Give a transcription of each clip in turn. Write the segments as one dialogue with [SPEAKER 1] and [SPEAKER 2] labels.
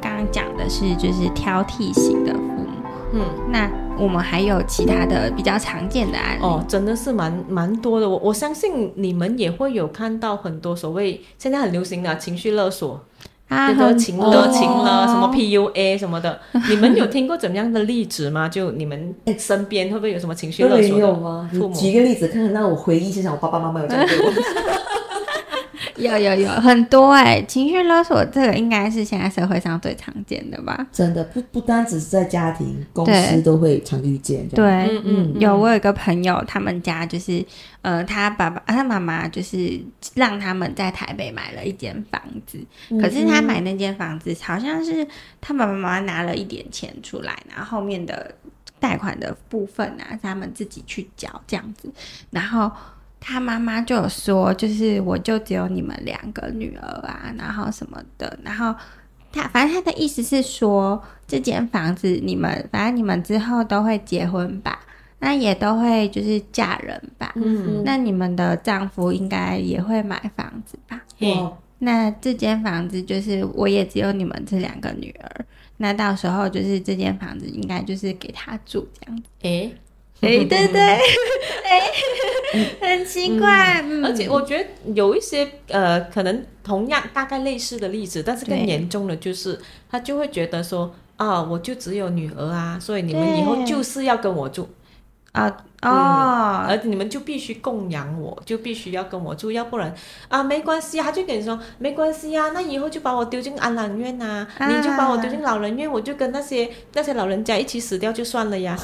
[SPEAKER 1] 刚讲的是就是挑剔型的父母，
[SPEAKER 2] 嗯，
[SPEAKER 1] 那我们还有其他的比较常见的案例。
[SPEAKER 2] 哦，真的是蛮蛮多的。我我相信你们也会有看到很多所谓现在很流行的情绪勒索，
[SPEAKER 1] 啊，
[SPEAKER 2] 得
[SPEAKER 1] 很
[SPEAKER 2] 情
[SPEAKER 1] 多
[SPEAKER 2] 勒情勒，什么 PUA 什么 的，你们有听过怎么样的例子吗？就你们身边会不会有什么情绪
[SPEAKER 3] 真
[SPEAKER 2] 勒
[SPEAKER 3] 的
[SPEAKER 2] 索
[SPEAKER 3] 有
[SPEAKER 2] 的
[SPEAKER 1] 啊
[SPEAKER 3] 吗？
[SPEAKER 2] 父
[SPEAKER 3] 你
[SPEAKER 2] 母？
[SPEAKER 3] 举一个例子看看，让我回忆一下，我爸爸妈妈有这样对我。
[SPEAKER 1] 有有有很多哎、情绪勒索这个应该是现在社会上最常见的吧？
[SPEAKER 3] 真的不不单只是在家庭，公
[SPEAKER 1] 对
[SPEAKER 3] 司都会常遇见。这样，
[SPEAKER 1] 对，
[SPEAKER 2] 嗯嗯嗯
[SPEAKER 1] 有，啊我有一个朋友，他们家就是，呃，他爸爸、啊他妈妈就是让他们在台北买了一间房子，
[SPEAKER 2] 嗯
[SPEAKER 1] 可是他买那间房子好像是他爸爸妈妈拿了一点钱出来，然后后面的贷款的部分啊，是他们自己去缴这样子，然后。他妈妈就有说，就是我就只有你们两个女儿啊，然后什么的，然后他反正他的意思是说，这间房子你们反正你们之后都会结婚吧，那也都会就是嫁人吧，
[SPEAKER 2] 嗯，
[SPEAKER 1] 那你们的丈夫应该也会买房子吧？
[SPEAKER 2] 嘿
[SPEAKER 3] 哇
[SPEAKER 1] 那这间房子就是我也只有你们这两个女儿，那到时候就是这间房子应该就是给他住这样子。
[SPEAKER 2] 诶，
[SPEAKER 1] 哎、 对对，哎、很奇怪，嗯
[SPEAKER 2] 嗯而且我觉得有一些呃，可能同样大概类似的例子，但是更
[SPEAKER 1] 对
[SPEAKER 2] 严重的就是他就会觉得说啊，我就只有女儿啊，所以你们以后
[SPEAKER 1] 对
[SPEAKER 2] 就是要跟我住，
[SPEAKER 1] 哦哦，
[SPEAKER 2] 啊而你们就必须供养我，就必须要跟我住，要不然啊没关系啊，他就跟你说没关系啊，那以后就把我丢进安养院啊，
[SPEAKER 1] 啊
[SPEAKER 2] 你就把我丢进老人院，我就跟那些那些老人家一起死掉就算了呀。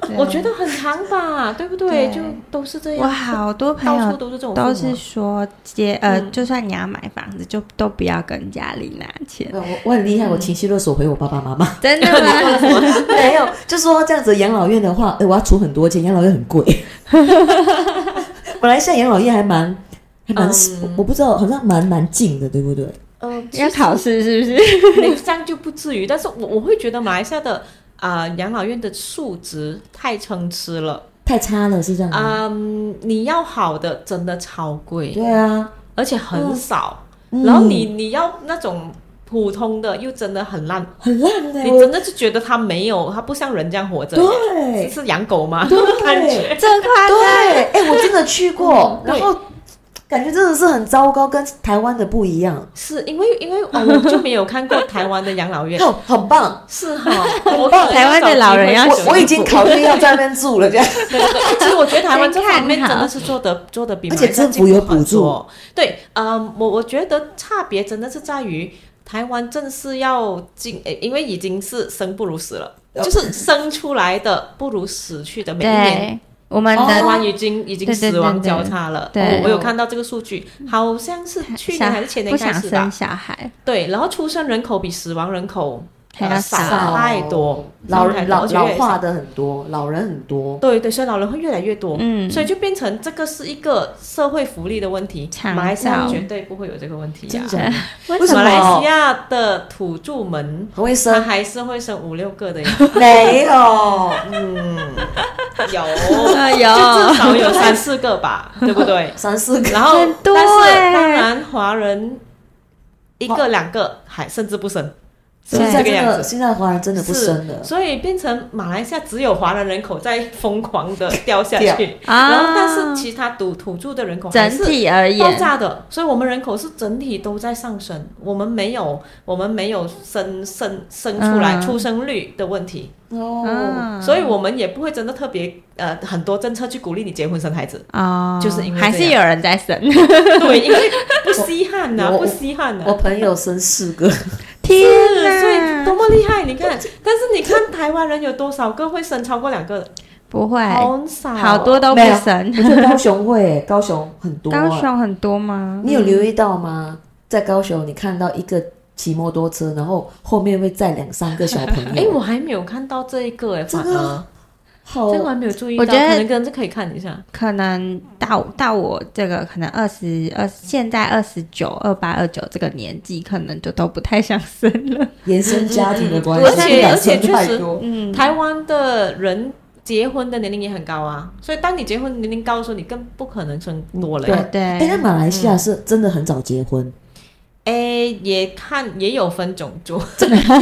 [SPEAKER 1] 对
[SPEAKER 2] 我觉得很长吧，对不对？
[SPEAKER 1] 对哎
[SPEAKER 2] 就都是这
[SPEAKER 1] 我
[SPEAKER 2] 样，
[SPEAKER 1] 好多朋
[SPEAKER 2] 到处
[SPEAKER 1] 友
[SPEAKER 2] 都是这种父母啊，
[SPEAKER 1] 都是说结呃，
[SPEAKER 2] 嗯
[SPEAKER 1] 就算你要买房子，就都不要跟家里拿 钱，
[SPEAKER 3] 那我我很厉害，我情绪勒索回我爸爸妈妈。
[SPEAKER 1] 真的吗？
[SPEAKER 3] 没有，就说这样子养老院的话，哎，我要出很多钱，养老院很贵。本来现在养老院还蛮还蛮，
[SPEAKER 2] 嗯
[SPEAKER 3] 我不知道，好像蛮蛮近的，对不对？
[SPEAKER 2] 呃，其
[SPEAKER 1] 要
[SPEAKER 2] 实
[SPEAKER 1] 考试是不是？
[SPEAKER 2] 那这样就不至于，但是我我会觉得马来西亚的啊、呃养老院的素质太参差了。
[SPEAKER 3] 太差了，是这样吗？
[SPEAKER 2] 嗯，你要好的真的超贵，
[SPEAKER 3] 对啊，
[SPEAKER 2] 而且很少。
[SPEAKER 3] 嗯
[SPEAKER 2] 然后你你要那种普通的，又真的很烂，
[SPEAKER 3] 很烂的，
[SPEAKER 2] 你
[SPEAKER 3] 我
[SPEAKER 2] 真的就觉得他没有，他不像人这样活着。
[SPEAKER 3] 对
[SPEAKER 2] 是养狗吗？
[SPEAKER 3] 对
[SPEAKER 2] 感觉
[SPEAKER 1] 这块
[SPEAKER 3] 对，哎，我真的去过
[SPEAKER 2] 嗯，
[SPEAKER 3] 然后感觉真的是很糟糕，跟台湾的不一样。
[SPEAKER 2] 是因为因为哦，我就没有看过台湾的养老 院，
[SPEAKER 3] 很哦很棒，
[SPEAKER 2] 是哈，我
[SPEAKER 3] 棒
[SPEAKER 2] 可能
[SPEAKER 1] 台
[SPEAKER 2] 要
[SPEAKER 1] 湾的
[SPEAKER 2] 找机
[SPEAKER 1] 老人
[SPEAKER 2] 会
[SPEAKER 1] 要
[SPEAKER 2] 去
[SPEAKER 1] 学
[SPEAKER 3] 我我已经考 虑要在那边住了，这样。
[SPEAKER 2] 对对
[SPEAKER 1] 哎
[SPEAKER 2] 对，其实我觉得台 湾这方
[SPEAKER 1] 先
[SPEAKER 2] 面
[SPEAKER 1] 看
[SPEAKER 2] 真
[SPEAKER 1] 好
[SPEAKER 2] 的是做的做的比
[SPEAKER 3] 而且
[SPEAKER 2] 马来西亚
[SPEAKER 3] 政府有
[SPEAKER 2] 进步很
[SPEAKER 3] 补助
[SPEAKER 2] 多。对，嗯，我我觉得差别真的是在于。台湾正是要进，诶因为已经是生不如死了，
[SPEAKER 3] 哦
[SPEAKER 2] 就是生出来的不如死去的每一年。哦
[SPEAKER 1] 对，我们
[SPEAKER 2] 台
[SPEAKER 1] 的
[SPEAKER 2] 湾已经已经
[SPEAKER 1] 对对
[SPEAKER 2] 死亡
[SPEAKER 1] 对对
[SPEAKER 2] 交叉了，哦
[SPEAKER 1] 对
[SPEAKER 2] 我我有看到这个数据，好像是去
[SPEAKER 1] 小
[SPEAKER 2] 年还是前年
[SPEAKER 1] 不想
[SPEAKER 2] 开始吧
[SPEAKER 1] 生。小孩，
[SPEAKER 2] 对，然后出生人口比死亡人口
[SPEAKER 1] 还
[SPEAKER 2] 呃
[SPEAKER 1] 要
[SPEAKER 2] 少
[SPEAKER 1] 少哦
[SPEAKER 2] 太多，
[SPEAKER 3] 老
[SPEAKER 2] 太
[SPEAKER 3] 人
[SPEAKER 2] 多
[SPEAKER 3] 老
[SPEAKER 2] 而且
[SPEAKER 3] 老
[SPEAKER 2] 越来越
[SPEAKER 3] 化
[SPEAKER 2] 少
[SPEAKER 3] 的很多，老人很多，
[SPEAKER 2] 对对，所以老人会越来越多，
[SPEAKER 1] 嗯
[SPEAKER 2] 所以就变成这个是一个社会福利的问题。
[SPEAKER 1] 长
[SPEAKER 2] 马来西亚
[SPEAKER 1] 照
[SPEAKER 2] 绝对不会有这个问题
[SPEAKER 3] 真
[SPEAKER 2] 啊！
[SPEAKER 3] 的
[SPEAKER 1] 为
[SPEAKER 3] 为什
[SPEAKER 2] 马
[SPEAKER 3] 么
[SPEAKER 2] 来西亚啊的土著们，
[SPEAKER 3] 很会
[SPEAKER 2] 他
[SPEAKER 3] 生，
[SPEAKER 2] 还是会生五六个的 呀，
[SPEAKER 3] 没有，嗯，？
[SPEAKER 2] 有，
[SPEAKER 1] 哎
[SPEAKER 2] 就
[SPEAKER 1] 呦
[SPEAKER 2] 至，少有三四个 吧，对不对
[SPEAKER 3] 三四个，
[SPEAKER 2] 然后
[SPEAKER 1] 很，多
[SPEAKER 2] 但
[SPEAKER 1] 欸
[SPEAKER 2] 是当然华人一个两个还甚至不生，是不
[SPEAKER 3] 现
[SPEAKER 2] 是
[SPEAKER 3] 在
[SPEAKER 2] 这个
[SPEAKER 3] 真
[SPEAKER 2] 样
[SPEAKER 3] 的
[SPEAKER 2] 子？
[SPEAKER 3] 现在华人真的不
[SPEAKER 2] 是
[SPEAKER 3] 生了，
[SPEAKER 2] 所以变成马来西亚只有华人人口在疯狂的掉下
[SPEAKER 3] 掉
[SPEAKER 2] 去，
[SPEAKER 1] 啊
[SPEAKER 2] 然后但是其他土土著的人口还
[SPEAKER 1] 整
[SPEAKER 2] 是
[SPEAKER 1] 体而
[SPEAKER 2] 爆
[SPEAKER 1] 言，
[SPEAKER 2] 炸的，所以我们人口是整体都在上升，我们没有我们没有生生生出来
[SPEAKER 1] 嗯
[SPEAKER 2] 出生率的问题，
[SPEAKER 3] 哦，
[SPEAKER 1] 嗯，
[SPEAKER 2] 所以我们也不会真的特别呃很多政策去鼓励你结婚生 孩子，
[SPEAKER 1] 哦，
[SPEAKER 2] 就是因为
[SPEAKER 1] 还
[SPEAKER 2] 这
[SPEAKER 1] 是
[SPEAKER 2] 样
[SPEAKER 1] 有人在 生，
[SPEAKER 2] 对，因为不稀罕呐、
[SPEAKER 3] 我
[SPEAKER 2] 不稀罕呐、啊
[SPEAKER 3] 我朋友生 四个，
[SPEAKER 1] 天
[SPEAKER 2] 是，所以
[SPEAKER 1] 哪，
[SPEAKER 2] 多么厉害！你看，但是你看台湾人有多少个会生超过两个的？
[SPEAKER 1] 不会，
[SPEAKER 2] 好少，
[SPEAKER 1] 哎好多都不
[SPEAKER 3] 没有
[SPEAKER 1] 生。
[SPEAKER 3] 我觉得高 雄会，高雄很多，
[SPEAKER 1] 高，雄很多吗？
[SPEAKER 2] 嗯
[SPEAKER 3] 你有留意到吗？在高雄，你看到一个骑摩托车，然后后面会载两三个小朋
[SPEAKER 2] 哎，
[SPEAKER 3] 友，
[SPEAKER 2] 我还没有看到这一个哎，
[SPEAKER 3] 这
[SPEAKER 2] 反
[SPEAKER 3] 个
[SPEAKER 2] 而
[SPEAKER 3] 好
[SPEAKER 2] 这个我还没有注意到，
[SPEAKER 1] 我觉得
[SPEAKER 2] 可能跟这可以看一下。
[SPEAKER 1] 嗯可能到到我这个可能二十二，现在二十九、二八、二九这个年纪，可能就都不太想生了。
[SPEAKER 3] 延伸家庭的关系，
[SPEAKER 2] 而且
[SPEAKER 3] 两
[SPEAKER 2] 而
[SPEAKER 3] 生
[SPEAKER 2] 且确实
[SPEAKER 3] 太多
[SPEAKER 1] 嗯，
[SPEAKER 2] 台湾的人结婚的年龄也很高啊，所以当你结婚年龄高的时候，你更不可能生多了
[SPEAKER 1] 对
[SPEAKER 2] 呀。
[SPEAKER 3] 对
[SPEAKER 1] 对
[SPEAKER 2] 嗯
[SPEAKER 3] 哎，那马来西亚是真的很早结婚，
[SPEAKER 2] 诶，也看也有分种 族，还有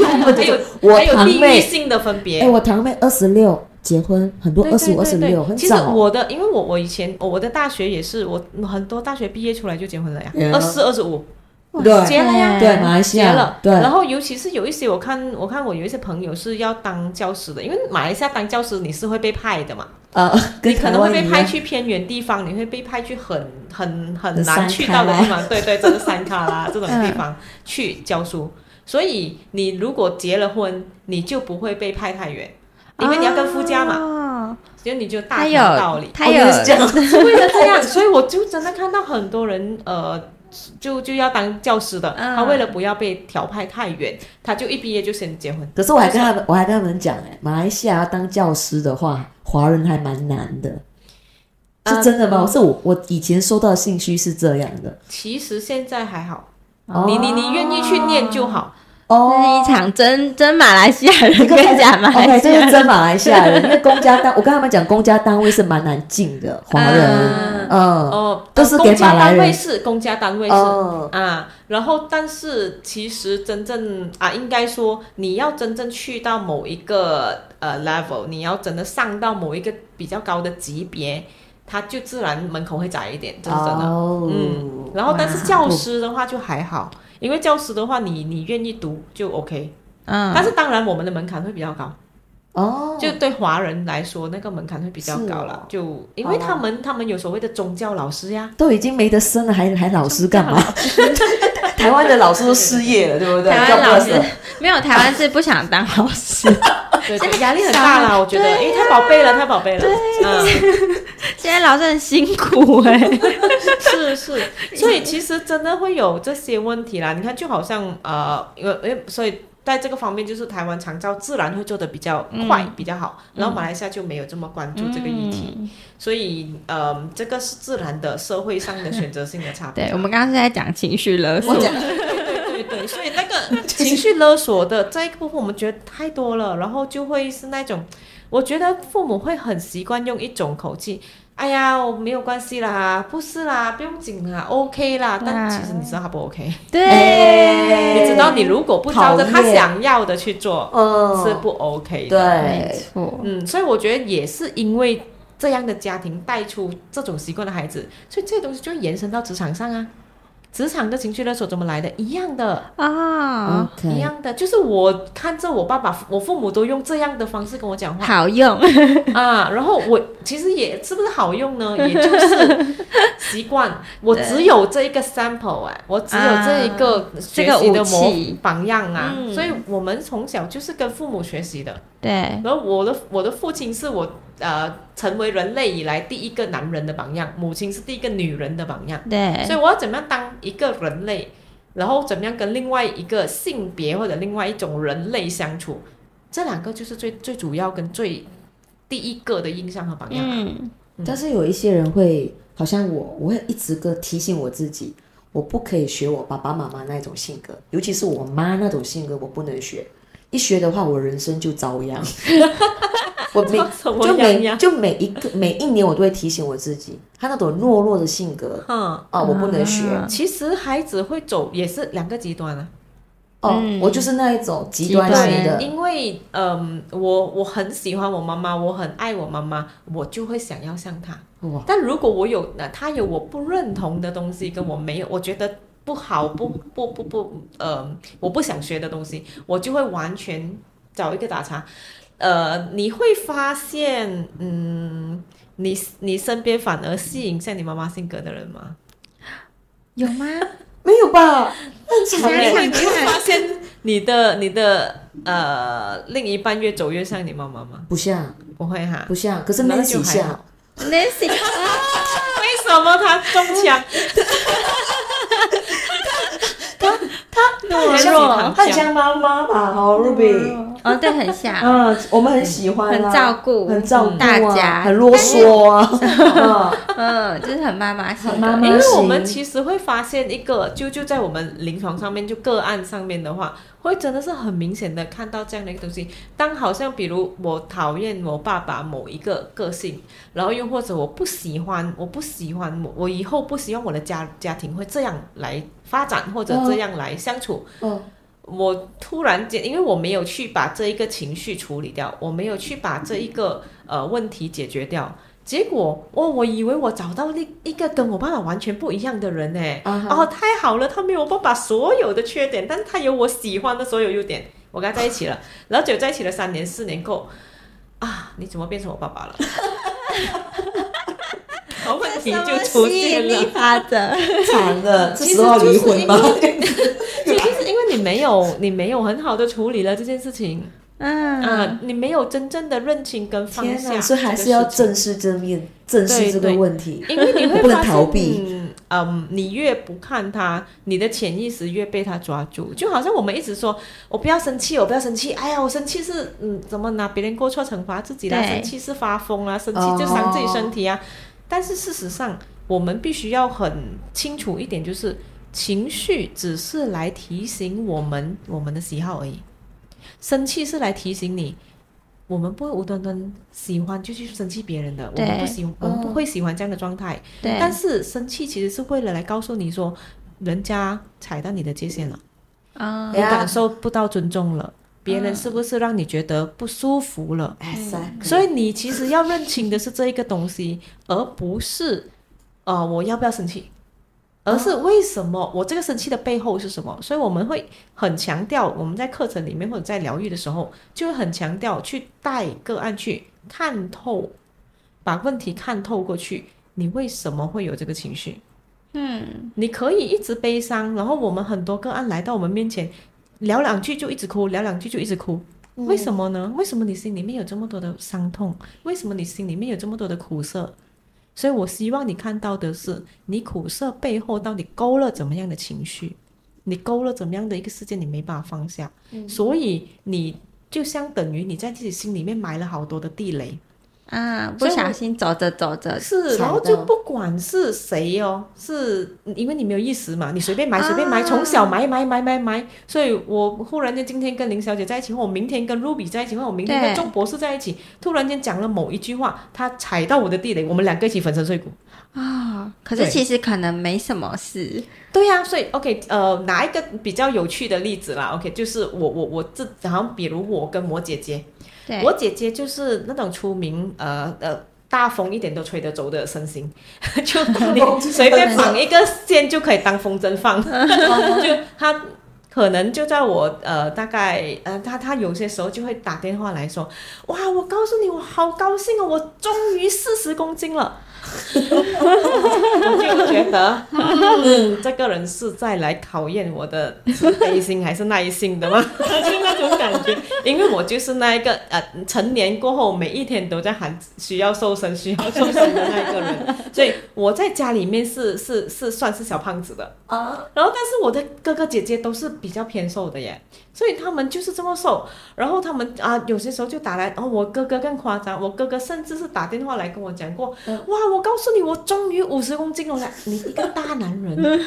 [SPEAKER 3] 我我
[SPEAKER 2] 还有
[SPEAKER 3] 堂
[SPEAKER 2] 地域
[SPEAKER 3] 妹，
[SPEAKER 2] 性的分别。
[SPEAKER 3] 哎，我堂妹二十六结婚，很多
[SPEAKER 2] 对
[SPEAKER 3] 二十五、二
[SPEAKER 2] 对
[SPEAKER 3] 十
[SPEAKER 2] 对
[SPEAKER 3] 六，
[SPEAKER 2] 对
[SPEAKER 3] 很
[SPEAKER 2] 其实
[SPEAKER 3] 早哦。
[SPEAKER 2] 我的，因为我我以前我的大学也是，我很多大学毕业出来就结婚了呀
[SPEAKER 3] 嗯，
[SPEAKER 2] 二四二十五
[SPEAKER 1] 哇
[SPEAKER 3] 对啊
[SPEAKER 1] 塞
[SPEAKER 2] 结了呀
[SPEAKER 3] 对，马来西
[SPEAKER 2] 结
[SPEAKER 3] 亚
[SPEAKER 2] 了。
[SPEAKER 3] 啊对，
[SPEAKER 2] 然后尤其是有一些我看我看我有一些朋友是要当教师的，因为马来西亚当教师你是会被派的嘛，
[SPEAKER 3] 呃，跟
[SPEAKER 2] 你可
[SPEAKER 3] 台
[SPEAKER 2] 能
[SPEAKER 3] 湾
[SPEAKER 2] 会被
[SPEAKER 3] 一
[SPEAKER 2] 派
[SPEAKER 3] 样
[SPEAKER 2] 去偏远地方，你会被派去很很
[SPEAKER 3] 很
[SPEAKER 2] 很
[SPEAKER 3] 山
[SPEAKER 2] 难去到的
[SPEAKER 3] 卡
[SPEAKER 2] 地方，对对，这是山卡啦这种
[SPEAKER 1] 嗯
[SPEAKER 2] 地方去教书。所以你如果结了婚，你就不会被派太远，因为你要跟夫家
[SPEAKER 3] 啊
[SPEAKER 2] 嘛，
[SPEAKER 1] 嘛，
[SPEAKER 2] 所以你就大
[SPEAKER 1] 他
[SPEAKER 2] 同
[SPEAKER 1] 哦有
[SPEAKER 2] 道 理。
[SPEAKER 1] 他
[SPEAKER 3] 哦
[SPEAKER 1] 有
[SPEAKER 3] 原来是这样，
[SPEAKER 2] 是为了这样， 所以我就真的看到很多人呃，就就要当教师的，
[SPEAKER 1] 嗯
[SPEAKER 3] 啊
[SPEAKER 2] 他为了不要被调派太远，他就一毕业就先结婚。
[SPEAKER 3] 可是我还跟他们，我还跟他们讲，哎，马来西亚要当教师的话，华人还蛮难的，是
[SPEAKER 2] 嗯
[SPEAKER 3] 真的吗？是我我以前收到的信息是这样的。
[SPEAKER 2] 其实现在还好，
[SPEAKER 3] 哦
[SPEAKER 2] 你你你愿意去念就好。
[SPEAKER 1] 这
[SPEAKER 3] 哦，
[SPEAKER 1] 是一场真真马来西亚人跟假马来
[SPEAKER 3] OK，
[SPEAKER 1] 西
[SPEAKER 3] 哦这
[SPEAKER 1] 亚
[SPEAKER 3] 是
[SPEAKER 1] 人，
[SPEAKER 3] 真马来西 亚人，因为公家单，我跟他们讲，公家单位是蛮难进的华人，
[SPEAKER 1] 嗯
[SPEAKER 3] 嗯，
[SPEAKER 2] 哦，
[SPEAKER 3] 都是给
[SPEAKER 2] 公家
[SPEAKER 3] 马来
[SPEAKER 2] 单位
[SPEAKER 3] 人
[SPEAKER 2] 是公家单位是、
[SPEAKER 3] 哦，
[SPEAKER 2] 啊，然后但是其实真正啊，应该说你要真正去到某一个呃 level，你要真的上到某一个比较高的级别，它就自然门口会窄一点，这是真的。
[SPEAKER 3] 哦
[SPEAKER 2] 嗯然后，但是教
[SPEAKER 3] 哇
[SPEAKER 2] 师的话就还好，因为教师的话你，你愿意读就 OK、
[SPEAKER 1] 嗯，
[SPEAKER 2] 但是当然，我们的门槛会比较高，
[SPEAKER 3] 哦，
[SPEAKER 2] 就对华人来说，那个门槛会比较
[SPEAKER 3] 是
[SPEAKER 2] 高了。
[SPEAKER 3] 哦
[SPEAKER 2] 就因为他们、他们有所谓的宗教老师呀，
[SPEAKER 3] 都已经没得生了，还还老师干嘛？台湾的老师都失业了，对不对？
[SPEAKER 1] 台湾老师
[SPEAKER 3] 叫不得
[SPEAKER 1] 没有台湾是不想当老 师，哎
[SPEAKER 2] 对对压力很大啦，我觉
[SPEAKER 1] 啊
[SPEAKER 2] 得，因为太宝贝了，太宝贝了。 嗯，
[SPEAKER 1] 现在老师很辛苦哎、
[SPEAKER 2] 是是，所以其实真的会有这些问题啦。你看，就好像呃，因为因为所以。在这个方面，就是台湾长照自然会做的比较
[SPEAKER 1] 嗯
[SPEAKER 2] 快、比较好，然后马来西亚就没有这么关注 这个议题。
[SPEAKER 1] 嗯
[SPEAKER 2] 所以，呃，这个是自然的社会上的选择性的差别。
[SPEAKER 1] 对，我们刚刚是在讲情绪勒索
[SPEAKER 3] 我，讲
[SPEAKER 2] 对对对，所以那个情绪勒索的这一个部分，我们觉得太多了，然后就会是那种，我觉得父母会很习惯用一种口气。哎呀，我没有关系啦，不是啦，不用紧啦，OK 啦。但其实你知道他不 OK，、
[SPEAKER 3] 哎
[SPEAKER 1] 对，
[SPEAKER 2] 你知道你如果不照着他
[SPEAKER 3] 讨厌
[SPEAKER 2] 想要的去做，
[SPEAKER 3] 嗯，
[SPEAKER 2] 是不 OK 的。
[SPEAKER 1] 没
[SPEAKER 3] 对，
[SPEAKER 1] 错，
[SPEAKER 2] 嗯，所以我觉得也是因为这样的家庭带出这种习惯的孩子，所以这些东西就会延伸到职场上啊。职场的情绪勒索怎么来的？一样的，
[SPEAKER 1] 啊、
[SPEAKER 2] 一
[SPEAKER 3] OK，
[SPEAKER 2] 样的，就是我看着我爸爸，我父母都用这样的方式跟 我讲话
[SPEAKER 1] 好用，
[SPEAKER 2] 啊，然后我其实也是不是好 用呢？也就是习惯，我
[SPEAKER 1] 对啊
[SPEAKER 2] 只有这一个 sample 哎、我只有这一个
[SPEAKER 1] 这
[SPEAKER 2] 学
[SPEAKER 1] 个
[SPEAKER 2] 习
[SPEAKER 1] 武
[SPEAKER 2] 的模
[SPEAKER 1] 器，
[SPEAKER 2] 榜样啊，
[SPEAKER 1] 嗯
[SPEAKER 2] 所以我们从小就是跟父母学习的。
[SPEAKER 1] 对，
[SPEAKER 2] 然后我的我的父亲是我呃成为人类以来第一个男人的榜样，母亲是第一个女人的榜样，
[SPEAKER 1] 对
[SPEAKER 3] 哎
[SPEAKER 2] 所，以我要怎么样当一个人类，然后怎么样跟另外一个性别或者另外一种人类相处，这两个就是最最主要跟最第一个的印象和榜 样。
[SPEAKER 1] 嗯，
[SPEAKER 3] 但是有一些人会，好像我，我会一直个提醒我自己，我不可以学我爸爸妈妈那种性格，尤其是我妈那种性格，我不能学。一学的话，我人生就遭殃。我每
[SPEAKER 2] 什么
[SPEAKER 3] 就
[SPEAKER 2] 样
[SPEAKER 3] 每
[SPEAKER 2] 呀？
[SPEAKER 3] 就每一个每一年，我都会提醒我自己，他那种懦弱的性格
[SPEAKER 2] 嗯，
[SPEAKER 3] 啊，我不能学。
[SPEAKER 1] 啊
[SPEAKER 2] 其实孩子会走也是两个极端啊。
[SPEAKER 3] 哦，
[SPEAKER 1] 嗯
[SPEAKER 3] 我就是那一种极端型
[SPEAKER 1] 极
[SPEAKER 3] 的
[SPEAKER 1] 端，
[SPEAKER 2] 因为嗯，我我很喜欢我妈妈，我很爱我妈妈，我就会想要像她。
[SPEAKER 3] 哇，
[SPEAKER 2] 但如果我有那他有我不认同的东西，跟我没有，我觉得不好，不不不不，呃，我不想学的东西，我就会完全找一个打叉。呃，你会发现，嗯，你你身边反而吸引像你妈妈性格的人吗？
[SPEAKER 1] 有吗？
[SPEAKER 3] 没有吧？很
[SPEAKER 1] 想
[SPEAKER 3] 欸常
[SPEAKER 1] 想
[SPEAKER 2] 你
[SPEAKER 3] 见
[SPEAKER 2] 会发现你的你的呃另一半越走越像你妈妈吗？
[SPEAKER 3] 不像
[SPEAKER 2] 不会哈，
[SPEAKER 3] 不像，可是
[SPEAKER 2] 那
[SPEAKER 3] Nancy
[SPEAKER 2] 就还
[SPEAKER 3] 像
[SPEAKER 2] 好。
[SPEAKER 1] Nancy，
[SPEAKER 2] 为什么他中枪？
[SPEAKER 3] 他
[SPEAKER 2] 很像
[SPEAKER 3] 他很像妈妈吧？好，Ruby，
[SPEAKER 1] 哦，对，很像，
[SPEAKER 3] 嗯，我们很喜欢、
[SPEAKER 1] 很
[SPEAKER 3] 啊，
[SPEAKER 1] 照顾，
[SPEAKER 3] 很照顾、啊、
[SPEAKER 1] 大家，
[SPEAKER 3] 很啰嗦啊，
[SPEAKER 1] 嗯，就是很妈妈型的，
[SPEAKER 3] 很妈妈
[SPEAKER 2] 因为我
[SPEAKER 3] 行
[SPEAKER 2] 们其实会发现一个，就就在我们临床上面，就个案上面的话，会真的是很明显的看到这样的一个东西。当好像比如我讨厌我爸爸某一个个性，然后又或者我不喜欢，我不喜欢我，我以后不希望我的家家庭会这样来发展，或者
[SPEAKER 3] 嗯
[SPEAKER 2] 这样来相处。
[SPEAKER 3] 嗯
[SPEAKER 2] 我突然间，因为我没有去把这一个情绪处理掉，我没有去把这一个呃问题解决掉，结果哦，我以为我找到另一个跟我爸爸完全不一样的人呢。
[SPEAKER 3] 啊哈，
[SPEAKER 2] 哦，太好了，他没有我爸爸所有的缺点，但是他有我喜欢的所有优点。我跟他在一起了， 然后就在一起了三年四年后，啊，你怎么变成我爸爸了？ 然后问题就出
[SPEAKER 1] 吸
[SPEAKER 2] 现
[SPEAKER 1] 引
[SPEAKER 2] 了
[SPEAKER 1] 力。法则，
[SPEAKER 3] 惨了，这
[SPEAKER 2] 其实
[SPEAKER 3] 时候要离婚吗？
[SPEAKER 2] 其实是因为你没有，你没有很好的处理了这件事情。
[SPEAKER 1] 嗯
[SPEAKER 2] 啊，你没有真正的认清跟放
[SPEAKER 3] 天
[SPEAKER 2] 下，
[SPEAKER 3] 所以还是要正。视正面，正视
[SPEAKER 2] 对
[SPEAKER 3] 这个
[SPEAKER 2] 对
[SPEAKER 3] 问题。
[SPEAKER 2] 因为你会
[SPEAKER 3] 不能
[SPEAKER 2] 发现
[SPEAKER 3] 逃避
[SPEAKER 2] 嗯，嗯，你越不看他，你的潜意识越被他抓住。就好像我们一直说，我不要生气，我不要生气。哎呀，我生气是嗯，怎么拿别人过错惩罚自己啦？
[SPEAKER 1] 对
[SPEAKER 2] 生气是发疯啦，生气
[SPEAKER 3] 哦
[SPEAKER 2] 就伤自己身体啊。但是事实上，我们必须要很清楚一点，就是情绪只是来提醒我们我们的喜好而已，生气是来提醒你。我们不会无端端喜欢就去生气别人的，我们
[SPEAKER 1] 对
[SPEAKER 2] 不喜，我们不会喜欢这样的状态。
[SPEAKER 1] 对，
[SPEAKER 2] 但是生气其实是为了来告诉你说，人家踩到你的界限了，
[SPEAKER 1] 嗯
[SPEAKER 3] 哎
[SPEAKER 2] 你
[SPEAKER 3] 呀
[SPEAKER 2] 感受不到尊重了，别人是不是让你觉得不舒服了？
[SPEAKER 3] 哎塞，
[SPEAKER 2] 所以你其实要认清的是这一个东西，而不是呃我要不要生气，而是为什么我这个生气的背后是什么。所以我们会很强调，我们在课程里面或者在疗愈的时候，就会很强调去带个案去看透，把问题看透过去。你为什么会有这个情绪？
[SPEAKER 1] 嗯，
[SPEAKER 2] 你可以一直悲伤，然后我们很多个案来到我们面前，聊两句就一直哭，聊两句就一直哭。为什么呢？为什么你心里面有这么多的伤痛？为什么你心里面有这么多的苦涩？所以我希望你看到的是，你苦涩背后到底勾勒怎么样的情绪，你勾勒怎么样的一个事件，你没办法放下，所以你就相等于你在自己心里面埋了好多的地雷。
[SPEAKER 1] 啊，不
[SPEAKER 2] 所以我
[SPEAKER 1] 小心走着走着，
[SPEAKER 2] 是，
[SPEAKER 3] 踩
[SPEAKER 2] 然后就
[SPEAKER 3] 到
[SPEAKER 2] 不管是谁哦，是因为你没有意识嘛，你随便买随便买，
[SPEAKER 1] 啊
[SPEAKER 2] 从小买买买买买，所以我忽然间今天跟林小姐在一起，或我明天跟 Ruby 在一起，或我明天跟
[SPEAKER 1] 对
[SPEAKER 2] 钟博士在一起，突然间讲了某一句话，他踩到我的地雷，我们两个一起粉身碎骨。
[SPEAKER 1] 啊，可是
[SPEAKER 2] 对
[SPEAKER 1] 其实可能没什么事，
[SPEAKER 2] 对呀、所以 OK，呃，拿一个比较有趣的例子啦，OK，就是我我我这好像比如我跟我姐姐，
[SPEAKER 1] 对，
[SPEAKER 2] 我姐姐就是那种出名，呃呃，大风一点都吹得走的身形， 就你随便绑一个线就可以当风筝放。 就她可能就在我呃大概呃，她她有些时候就会打电话来说，哇，我告诉你，我好高兴哦，我终于四十公斤了。 我就觉得，嗯，这个人是在来考验我的慈悲心还是耐心 的吗？就那种感觉，因为我就是那一个呃，成年过后每一天都在喊需要瘦身、需要瘦身的那一个人，所以我在家里面是是是算是小胖子的。
[SPEAKER 3] 啊？
[SPEAKER 2] 然后，但是我的哥哥姐姐都是比较偏瘦的耶，所以他们就是这么瘦。然后他们啊，有些时候就打来，哦，我哥哥更夸张，我哥哥甚至是打电话来跟我讲过，
[SPEAKER 3] 嗯
[SPEAKER 2] 哇，我告诉你，我终于五十公斤了，我讲你一个大男人，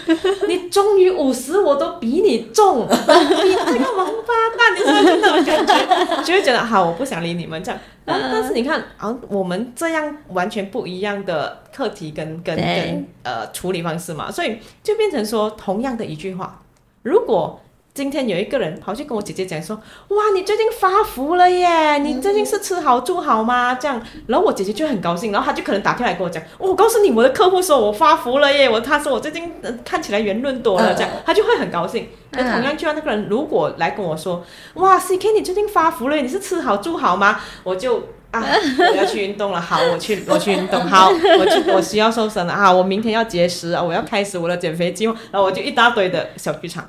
[SPEAKER 2] 你终于五十，我都比你重，你这个王八蛋，你是真的感觉，就会觉得好，我不想理你们这样。然后，但是你看啊，我们这样完全不一样的课题跟跟跟
[SPEAKER 1] 对
[SPEAKER 2] 呃处理方式嘛，所以。就变成说同样的一句话，如果今天有一个人跑去跟我姐姐讲说，哇，你最近发福了耶，你最近是吃好住好吗？这样，然后我姐姐就很高兴，然后她就可能打电话来跟我讲，哦我告诉你，我的客户说我发福了耶，我她说我最近、呃看起来圆润多了，这样，她就会很高兴。那同样，就像那个人如果来跟我说，哇，CK 你最近发福了耶，你是吃好住好吗？我就。啊！我要去运动了，好，我去，我去运动，好，我去，我需要瘦身了啊！我明天要节食啊，我要开始我的减肥计划，然后我就一大堆的小剧场，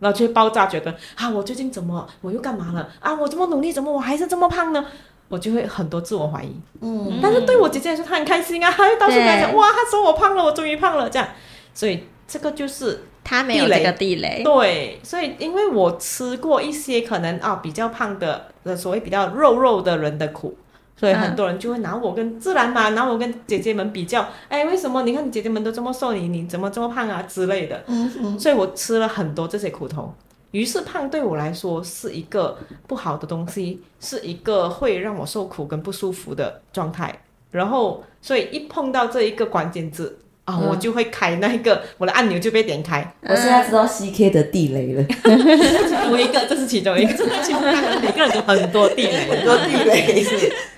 [SPEAKER 2] 然后就会爆炸，觉得啊，我最近怎么，我又干嘛了啊？我这么努力，怎么我还是这么胖呢？我就会很多自我怀疑。
[SPEAKER 3] 嗯，
[SPEAKER 2] 但是对我姐姐来说，她很开心啊，她会到处跟她讲，
[SPEAKER 1] 对
[SPEAKER 2] 哇，她说我胖了，我终于胖了这样。所以这个就是
[SPEAKER 1] 他没有
[SPEAKER 2] 地雷
[SPEAKER 1] 这个地雷，
[SPEAKER 2] 对，所以因为我吃过一些可能啊比较胖的，呃所谓比较肉肉的人的苦，所以
[SPEAKER 1] 嗯
[SPEAKER 2] 很多人就会拿我跟自然嘛，拿我跟姐姐们比较，哎，为什么你看你姐姐们都这么瘦，你你怎么这么胖啊之类的。
[SPEAKER 3] 嗯嗯，
[SPEAKER 2] 所以我吃了很多这些苦头。于是胖对我来说是一个不好的东西，是一个会让我受苦跟不舒服的状态。然后，所以一碰到这一个关键字啊，
[SPEAKER 3] 嗯
[SPEAKER 2] 我就会开那个我的按钮就被点开，
[SPEAKER 3] 我现在知道 CK 的地雷了，
[SPEAKER 2] 这是其中一个，这是其中一个，这是其中一个，每个人都很多地雷。
[SPEAKER 3] 很多地雷，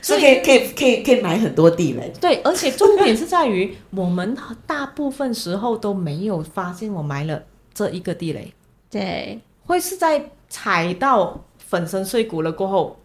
[SPEAKER 3] 所以可以可以可以可以买很多地雷。
[SPEAKER 2] 对，而且重点是在于我们大部分时候都没有发现我埋了这一个地雷。
[SPEAKER 1] 对，
[SPEAKER 2] 会是在踩到粉身碎骨了过后，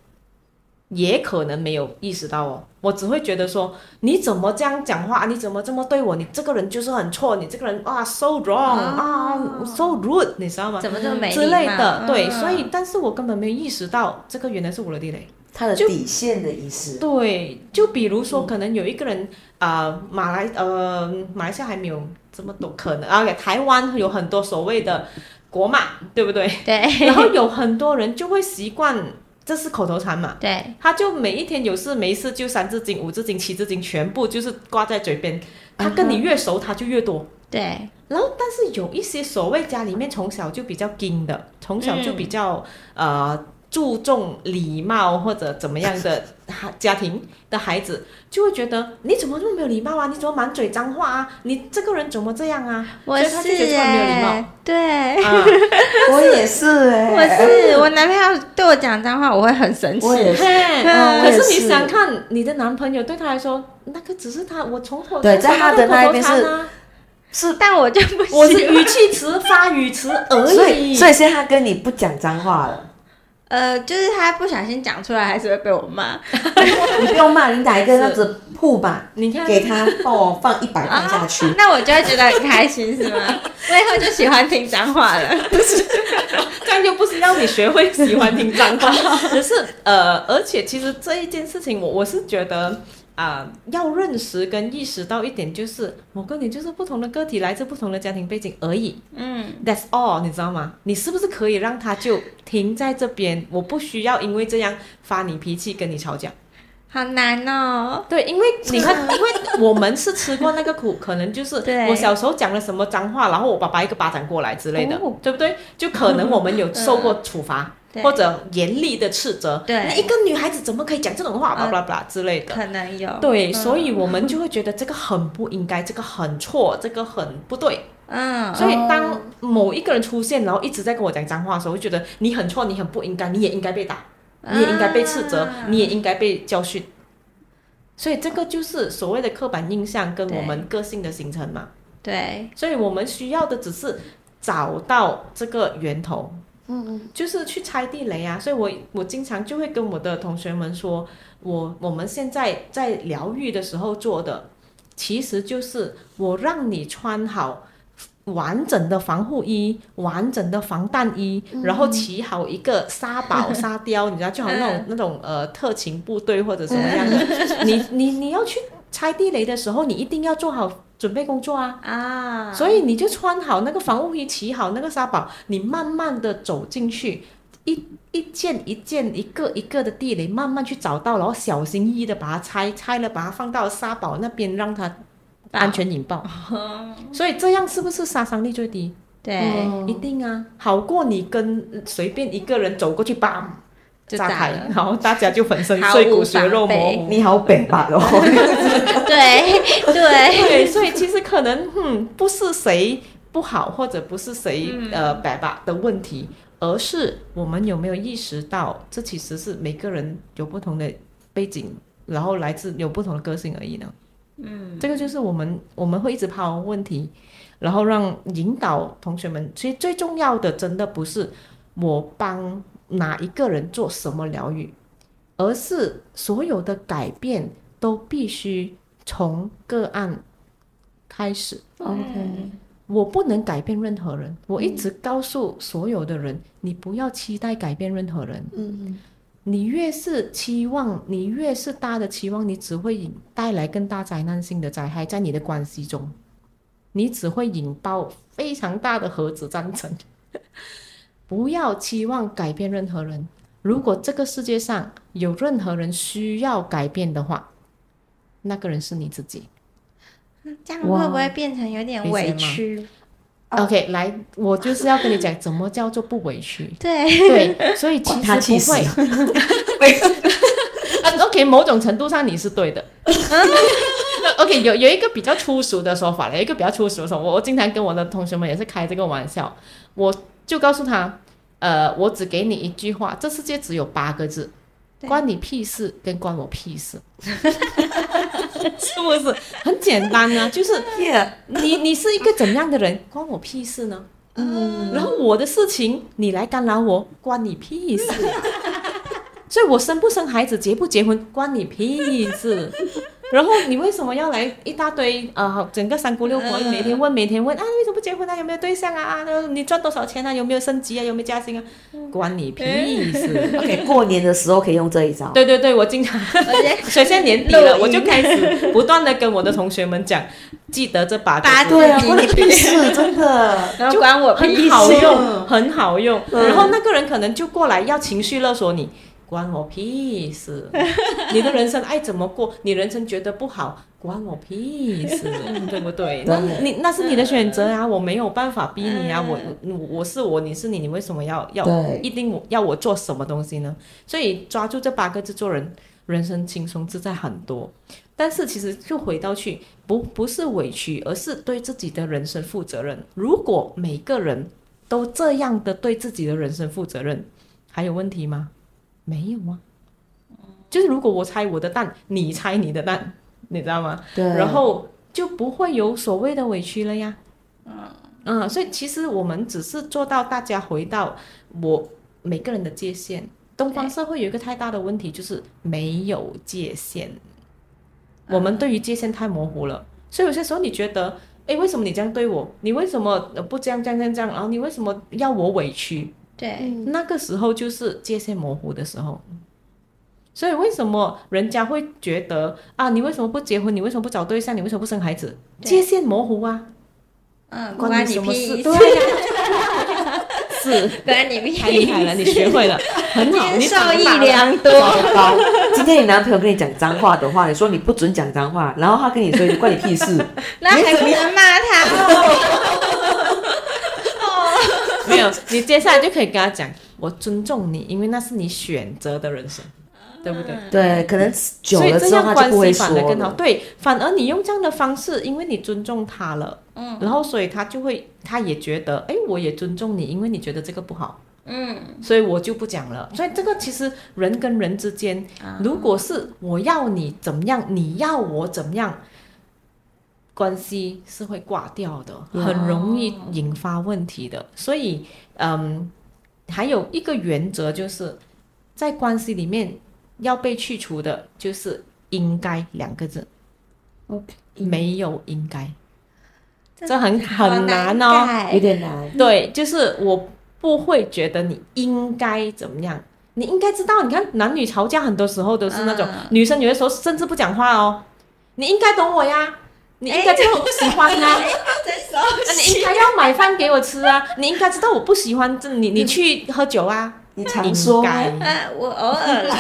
[SPEAKER 2] 也可能没有意识到哦。我只会觉得说，你怎么这样讲话？你怎么这么对我？你这个人就是很错，你这个人啊，so wrong 啊，so rude，你知道吗？
[SPEAKER 1] 怎么这么没
[SPEAKER 2] 之类
[SPEAKER 1] 礼貌
[SPEAKER 2] 的，对，
[SPEAKER 1] 嗯
[SPEAKER 2] 所以但是我根本没有意识到这个原来是我的地雷。
[SPEAKER 3] 他的
[SPEAKER 2] 就
[SPEAKER 3] 底线的意思，
[SPEAKER 2] 对，就比如说，可能有一个人啊、马来呃，马来西亚还没有这么多可能，而且台湾有很多所谓的国骂，对不对？
[SPEAKER 1] 对
[SPEAKER 2] 然后有很多人就会习惯，这是口头禅嘛，
[SPEAKER 1] 对，
[SPEAKER 2] 他就每一天有事没事就三字经、五字经、七字经，全部就是挂在嘴边。他跟你越熟，他就越多。
[SPEAKER 1] 对，
[SPEAKER 2] 然后，但是有一些所谓家里面从小就比较精的，从小
[SPEAKER 3] 嗯
[SPEAKER 2] 就比较、呃注重礼貌或者怎么样的哈家庭的孩子，就会觉得你怎么这么没有礼貌啊？你怎么满嘴脏话啊？你这个人怎么这样啊？
[SPEAKER 1] 我
[SPEAKER 2] 所以他
[SPEAKER 1] 是
[SPEAKER 2] 就觉得他没有礼貌
[SPEAKER 1] 欸 对，
[SPEAKER 2] 啊，
[SPEAKER 3] 我也是
[SPEAKER 1] 我
[SPEAKER 3] 哎、
[SPEAKER 1] 是我男朋友对我讲脏话，我会很生气
[SPEAKER 3] 我。也是。
[SPEAKER 2] 嘿
[SPEAKER 3] 嗯
[SPEAKER 2] 啊可
[SPEAKER 3] 我也
[SPEAKER 2] 是
[SPEAKER 3] 是
[SPEAKER 2] 你想看你的男朋友对他来说，那个只是他我从头
[SPEAKER 3] 对在他的那
[SPEAKER 2] 口
[SPEAKER 3] 一
[SPEAKER 2] 头
[SPEAKER 3] 边
[SPEAKER 2] 禅
[SPEAKER 3] 是
[SPEAKER 2] 啊，
[SPEAKER 1] 是，但我就不
[SPEAKER 2] 我是
[SPEAKER 1] 喜欢
[SPEAKER 2] 语气词发语词而
[SPEAKER 3] 所以，
[SPEAKER 2] 已。
[SPEAKER 3] 所以现在他跟你不讲脏话了，
[SPEAKER 1] 呃，就是他不小心讲出来，还是会被我骂。
[SPEAKER 3] 你不用骂，你打一个那样子铺吧，
[SPEAKER 2] 你看，
[SPEAKER 3] 给他帮我放一百块下
[SPEAKER 2] 嗯
[SPEAKER 3] 去。
[SPEAKER 1] 那我就会觉得很开心， 是吗？我以后就喜欢听脏话了。
[SPEAKER 2] 这样又不是让你学会喜欢听脏 话，只是呃，而且其实这一件事情我，我是觉得啊、要认识跟意识到一点，就是我跟你就是不同的个体，来自不同的家庭背景而已。
[SPEAKER 1] 嗯，
[SPEAKER 2] That's all，你知道吗？你是不是可以让他就停在这边？我不需要因为这样发你脾气，跟你吵架。
[SPEAKER 1] 好难哦。
[SPEAKER 2] 对，因为你看，因为我们是吃过那个苦，可能 就是
[SPEAKER 1] 对
[SPEAKER 2] 我小时候讲了什么脏话，然后我爸爸一个巴掌过来之类的，
[SPEAKER 1] 哦
[SPEAKER 2] 对不对？就可能我们有受过处罚，
[SPEAKER 1] 对
[SPEAKER 2] 或者严厉的斥责。
[SPEAKER 1] 对呃
[SPEAKER 2] 那一个女孩子怎么可以讲这种话？巴拉巴拉之类的。
[SPEAKER 1] 可能有
[SPEAKER 2] 对，
[SPEAKER 1] 嗯
[SPEAKER 2] 所以我们就会觉得这个很不应该，这个很错，这个很不对。
[SPEAKER 1] 嗯，
[SPEAKER 2] 所以
[SPEAKER 3] 哦
[SPEAKER 2] 当某一个人出现，然后一直在跟我讲脏话的时候，我就觉得你很错，你很不应该，你也应该被打，
[SPEAKER 1] 嗯
[SPEAKER 2] 你也应该被斥责，
[SPEAKER 1] 啊
[SPEAKER 2] 你也应该被教训。所以这个就是所谓的刻板印象跟
[SPEAKER 1] 对
[SPEAKER 2] 我们个性的形成嘛。
[SPEAKER 1] 对
[SPEAKER 2] 所以我们需要的只是找到这个源头，
[SPEAKER 3] 嗯，
[SPEAKER 2] 就是去拆地雷啊！所以我我经常就会跟我的同学们说，我我们现在在疗愈的时候做的，其实就是我让你穿好完整的防护衣、完整的防弹衣，
[SPEAKER 3] 嗯
[SPEAKER 2] 然后骑好一个沙堡、沙雕，你知道，就好像那种那种呃特勤部队或者什么样的， 你你你要去拆地雷的时候，你一定要做好准备工作啊！
[SPEAKER 1] 啊，
[SPEAKER 2] 所以你就穿好那个防护衣，骑好那个沙堡，你慢慢的走进去，一一件一件、一个一个的地雷，慢慢去找到，然后小心翼翼的把它拆，拆了把它放到沙堡那边，让它安全引
[SPEAKER 1] 哦
[SPEAKER 2] 爆。所以这样是不是杀伤力最低？
[SPEAKER 1] 对
[SPEAKER 3] 嗯
[SPEAKER 2] 一定啊，好过你跟随便一个人走过去，叭
[SPEAKER 1] 就
[SPEAKER 2] 炸
[SPEAKER 1] 炸
[SPEAKER 2] 开
[SPEAKER 1] 了，，
[SPEAKER 2] 然后大家就粉身
[SPEAKER 1] 毫
[SPEAKER 2] 碎
[SPEAKER 1] 无
[SPEAKER 2] 骨、血
[SPEAKER 1] 防
[SPEAKER 2] 肉模
[SPEAKER 1] 备
[SPEAKER 2] 糊。
[SPEAKER 3] 你好北吧 哦，
[SPEAKER 1] 对对
[SPEAKER 2] 对，所以其实可能，嗯，不是谁不好，或者不是谁、呃白吧的问题，而是我们有没有意识到，这其实是每个人有不同的背景，然后来自有不同的个性而已呢。嗯，这个就是我们我们会一直抛问题，然后让引导同学们。其实最重要的，真的不是我帮哪一个人做什么疗愈，而是所有的改变都必须从个案开始。
[SPEAKER 3] OK
[SPEAKER 2] 我不能改变任何人，我一直告诉所有的人，你不要期待改变任何人。
[SPEAKER 3] 嗯，
[SPEAKER 2] 你越是期望，你越是大的期望，你只会引带来更大灾难性的灾害在你的关系中。你只会引爆非常大的核子战争。 不要期望改变任何人。如果这个世界上有任何人需要改变的话，那个人是你自己。
[SPEAKER 1] 这样会不会变成有
[SPEAKER 2] 啊
[SPEAKER 1] 点委屈？哦？
[SPEAKER 2] OK，来，我就是要跟你讲，怎么叫做不委屈
[SPEAKER 1] 对，
[SPEAKER 2] 对，所以其
[SPEAKER 3] 哇他气
[SPEAKER 2] 实
[SPEAKER 3] 死
[SPEAKER 2] 不会。 啊，OK，某种程度上你是对的。OK，有有一个比较粗俗的说法了，有一个比较粗俗的说法，我我经常跟我的同学们也是开这个玩笑，我就告诉他，呃，我只给你一句话，这世界只有八个字，
[SPEAKER 1] 对
[SPEAKER 2] 关你屁事跟关我屁事，是不是很简单啊？就是
[SPEAKER 3] 耶，
[SPEAKER 2] 你你是一个怎样的人，关我屁事呢？ 嗯，然后我的事情你来干扰我，关你屁事。所以我生不生孩子、结不结婚，关你屁事。然后你为什么要来一大堆呃，整个三姑六婆
[SPEAKER 1] 嗯
[SPEAKER 2] 每天问每天问啊，为什么不结婚啊？有没有对象啊？啊，然后你赚多少钱啊？有没有升级啊？有没有加薪啊？关你屁事。
[SPEAKER 3] OK，过年的时候可以用这一招。
[SPEAKER 2] 对对对，我经常
[SPEAKER 1] 而且
[SPEAKER 2] 所以现在年底
[SPEAKER 1] 录
[SPEAKER 2] 了，
[SPEAKER 1] 音
[SPEAKER 2] 我就开始不断的跟我的同学们讲，记得这八个
[SPEAKER 1] 八
[SPEAKER 2] 字
[SPEAKER 1] 个
[SPEAKER 3] 对啊，
[SPEAKER 1] 你
[SPEAKER 3] 关你
[SPEAKER 1] 你
[SPEAKER 3] 屁事，真的。
[SPEAKER 1] 然后关我
[SPEAKER 2] 很
[SPEAKER 1] 屁
[SPEAKER 2] 好
[SPEAKER 1] 事，
[SPEAKER 2] 用，很好用。
[SPEAKER 3] 嗯
[SPEAKER 2] 然后那个人可能就过来要情绪勒索你，关我屁 事！你的人生爱怎么过，你人生觉得不好，关我屁 事，嗯对不对？那
[SPEAKER 3] 对
[SPEAKER 2] 你那是你的选择啊，我没有办法逼你啊，我
[SPEAKER 1] 嗯
[SPEAKER 2] 我我是我，你是你，你为什么要要
[SPEAKER 3] 对
[SPEAKER 2] 一定我要我做什么东西呢？所以抓住这八个字做人，人生轻松自在很多。但是其实就回到去，不不是委屈，而是对自己的人生负责任。如果每个人都这样的对自己的人生负责任，还有问题吗？没有啊。就是如果我拆我的蛋，你拆你的蛋，你知道吗？
[SPEAKER 3] 对，
[SPEAKER 2] 然后就不会有所谓的委屈了呀。嗯所以其实我们只是做到大家回到我每个人的界限。东方社会有一个太大的问题，就是没有界限。我们对于界限太模糊了，所以有些时候你觉得，哎，为什么你这样对我？你为什么呃不这样这样这样这样？然后你为什么要我委屈？
[SPEAKER 1] 对，
[SPEAKER 2] 那个时候就是界限模糊的时候。所以为什么人家会觉得啊，你为什么不结婚？你为什么不找对象？你为什么不生孩子？
[SPEAKER 1] 对
[SPEAKER 2] 界限模糊啊，
[SPEAKER 1] 嗯，
[SPEAKER 2] 关
[SPEAKER 1] 关
[SPEAKER 2] 你
[SPEAKER 1] 你
[SPEAKER 2] 什么事？
[SPEAKER 1] 屁
[SPEAKER 2] 对
[SPEAKER 1] 事，
[SPEAKER 2] 呀、是
[SPEAKER 1] 关你屁
[SPEAKER 2] 太厉害了，
[SPEAKER 1] 事，
[SPEAKER 2] 你学会了，很
[SPEAKER 1] 今
[SPEAKER 2] 好，
[SPEAKER 1] 天
[SPEAKER 2] 你
[SPEAKER 1] 受
[SPEAKER 2] 长
[SPEAKER 1] 益
[SPEAKER 2] 大了
[SPEAKER 1] 良 多。
[SPEAKER 3] 糟糕！今天你男朋友跟你讲脏话的话，你说你不准讲脏话，然后他跟你说你关你屁事，
[SPEAKER 1] 那还不能骂他哦？
[SPEAKER 2] 没有，你接下来就可以跟他讲，我尊重你，因为那是你选择的人生，对不对？
[SPEAKER 3] 对，可能久
[SPEAKER 2] 所以
[SPEAKER 3] 了
[SPEAKER 2] 这
[SPEAKER 3] 之
[SPEAKER 2] 样
[SPEAKER 3] 后他
[SPEAKER 2] 关
[SPEAKER 3] 就不
[SPEAKER 2] 系
[SPEAKER 3] 会
[SPEAKER 2] 反而
[SPEAKER 3] 说
[SPEAKER 2] 更好。
[SPEAKER 3] 了。
[SPEAKER 2] 对，反而你用这样的方式，因为你尊重他了，嗯，然后所以他就会，他也觉得，哎，我也尊重你，因为你觉得这个不好，
[SPEAKER 1] 嗯，
[SPEAKER 2] 所以我就不讲了。所以这个其实人跟人之间，如果是我要你怎么样，你要我怎么样，关系是会挂掉的，
[SPEAKER 3] 嗯
[SPEAKER 2] 很容易引发问题的。所以，嗯，还有一个原则就是，在关系里面要被去除的就是“应该”两个字。
[SPEAKER 3] OK
[SPEAKER 2] 没有应该，
[SPEAKER 1] 这
[SPEAKER 2] 这很
[SPEAKER 1] 好
[SPEAKER 2] 很难哦。
[SPEAKER 1] 改
[SPEAKER 3] 有点难，
[SPEAKER 2] 对，就是我不会觉得你应该怎么样，你应该知道，你看男女吵架很多时候都是那种、
[SPEAKER 1] 嗯
[SPEAKER 2] 女生有的时候甚至不讲话哦，你应该懂我呀，你应该
[SPEAKER 1] 哎
[SPEAKER 2] 知道我不喜欢啊，
[SPEAKER 1] 这时候
[SPEAKER 2] 那 你应该要买饭给我吃 啊，你应该知道我不喜欢这你你去喝酒啊，
[SPEAKER 3] 你
[SPEAKER 2] 应
[SPEAKER 3] 常说
[SPEAKER 2] 该
[SPEAKER 1] 啊，我偶尔啦，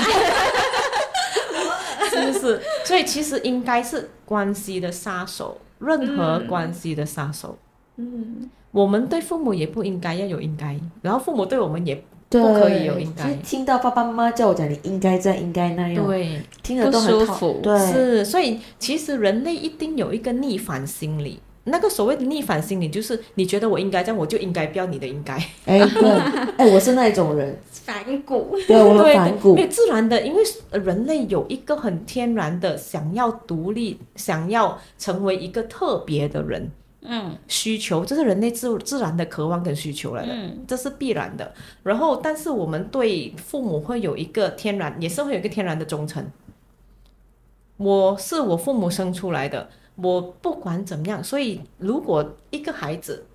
[SPEAKER 2] 是不是？所以其实应该是关系的杀手，任何
[SPEAKER 1] 嗯
[SPEAKER 2] 关系的杀手。
[SPEAKER 1] 嗯，
[SPEAKER 2] 我们对父母也不应该要有应该，然后父母对我们也
[SPEAKER 3] 对，
[SPEAKER 2] 不可以有应
[SPEAKER 3] 就是
[SPEAKER 2] 该。
[SPEAKER 3] 听到爸爸妈妈叫我讲你应该这样应该那样，
[SPEAKER 2] 对，
[SPEAKER 3] 听
[SPEAKER 2] 不
[SPEAKER 3] 着都
[SPEAKER 2] 舒
[SPEAKER 3] 很讨
[SPEAKER 2] 服，
[SPEAKER 3] 对，
[SPEAKER 2] 是，所以其实人类一定有一个逆反心理。那个所谓的逆反心理，就是你觉得我应该这样，我就应该不要你的应该。
[SPEAKER 3] 哎对，哎我是那一种人，
[SPEAKER 1] 反骨，
[SPEAKER 3] 对我很
[SPEAKER 2] 对，
[SPEAKER 3] 反
[SPEAKER 2] 没
[SPEAKER 3] 骨，
[SPEAKER 2] 有自然的，因为呃人类有一个很天然的想要独立、想要成为一个特别的人
[SPEAKER 1] 嗯
[SPEAKER 2] 需求，这是人类自自然的渴望跟需求来的。
[SPEAKER 1] 嗯，
[SPEAKER 2] 这是必然的。然后，但是我们对父母会有一个天然，也是会有一个天然的忠诚。我是我父母生出来的，我不管怎么样。所以，如果一个孩子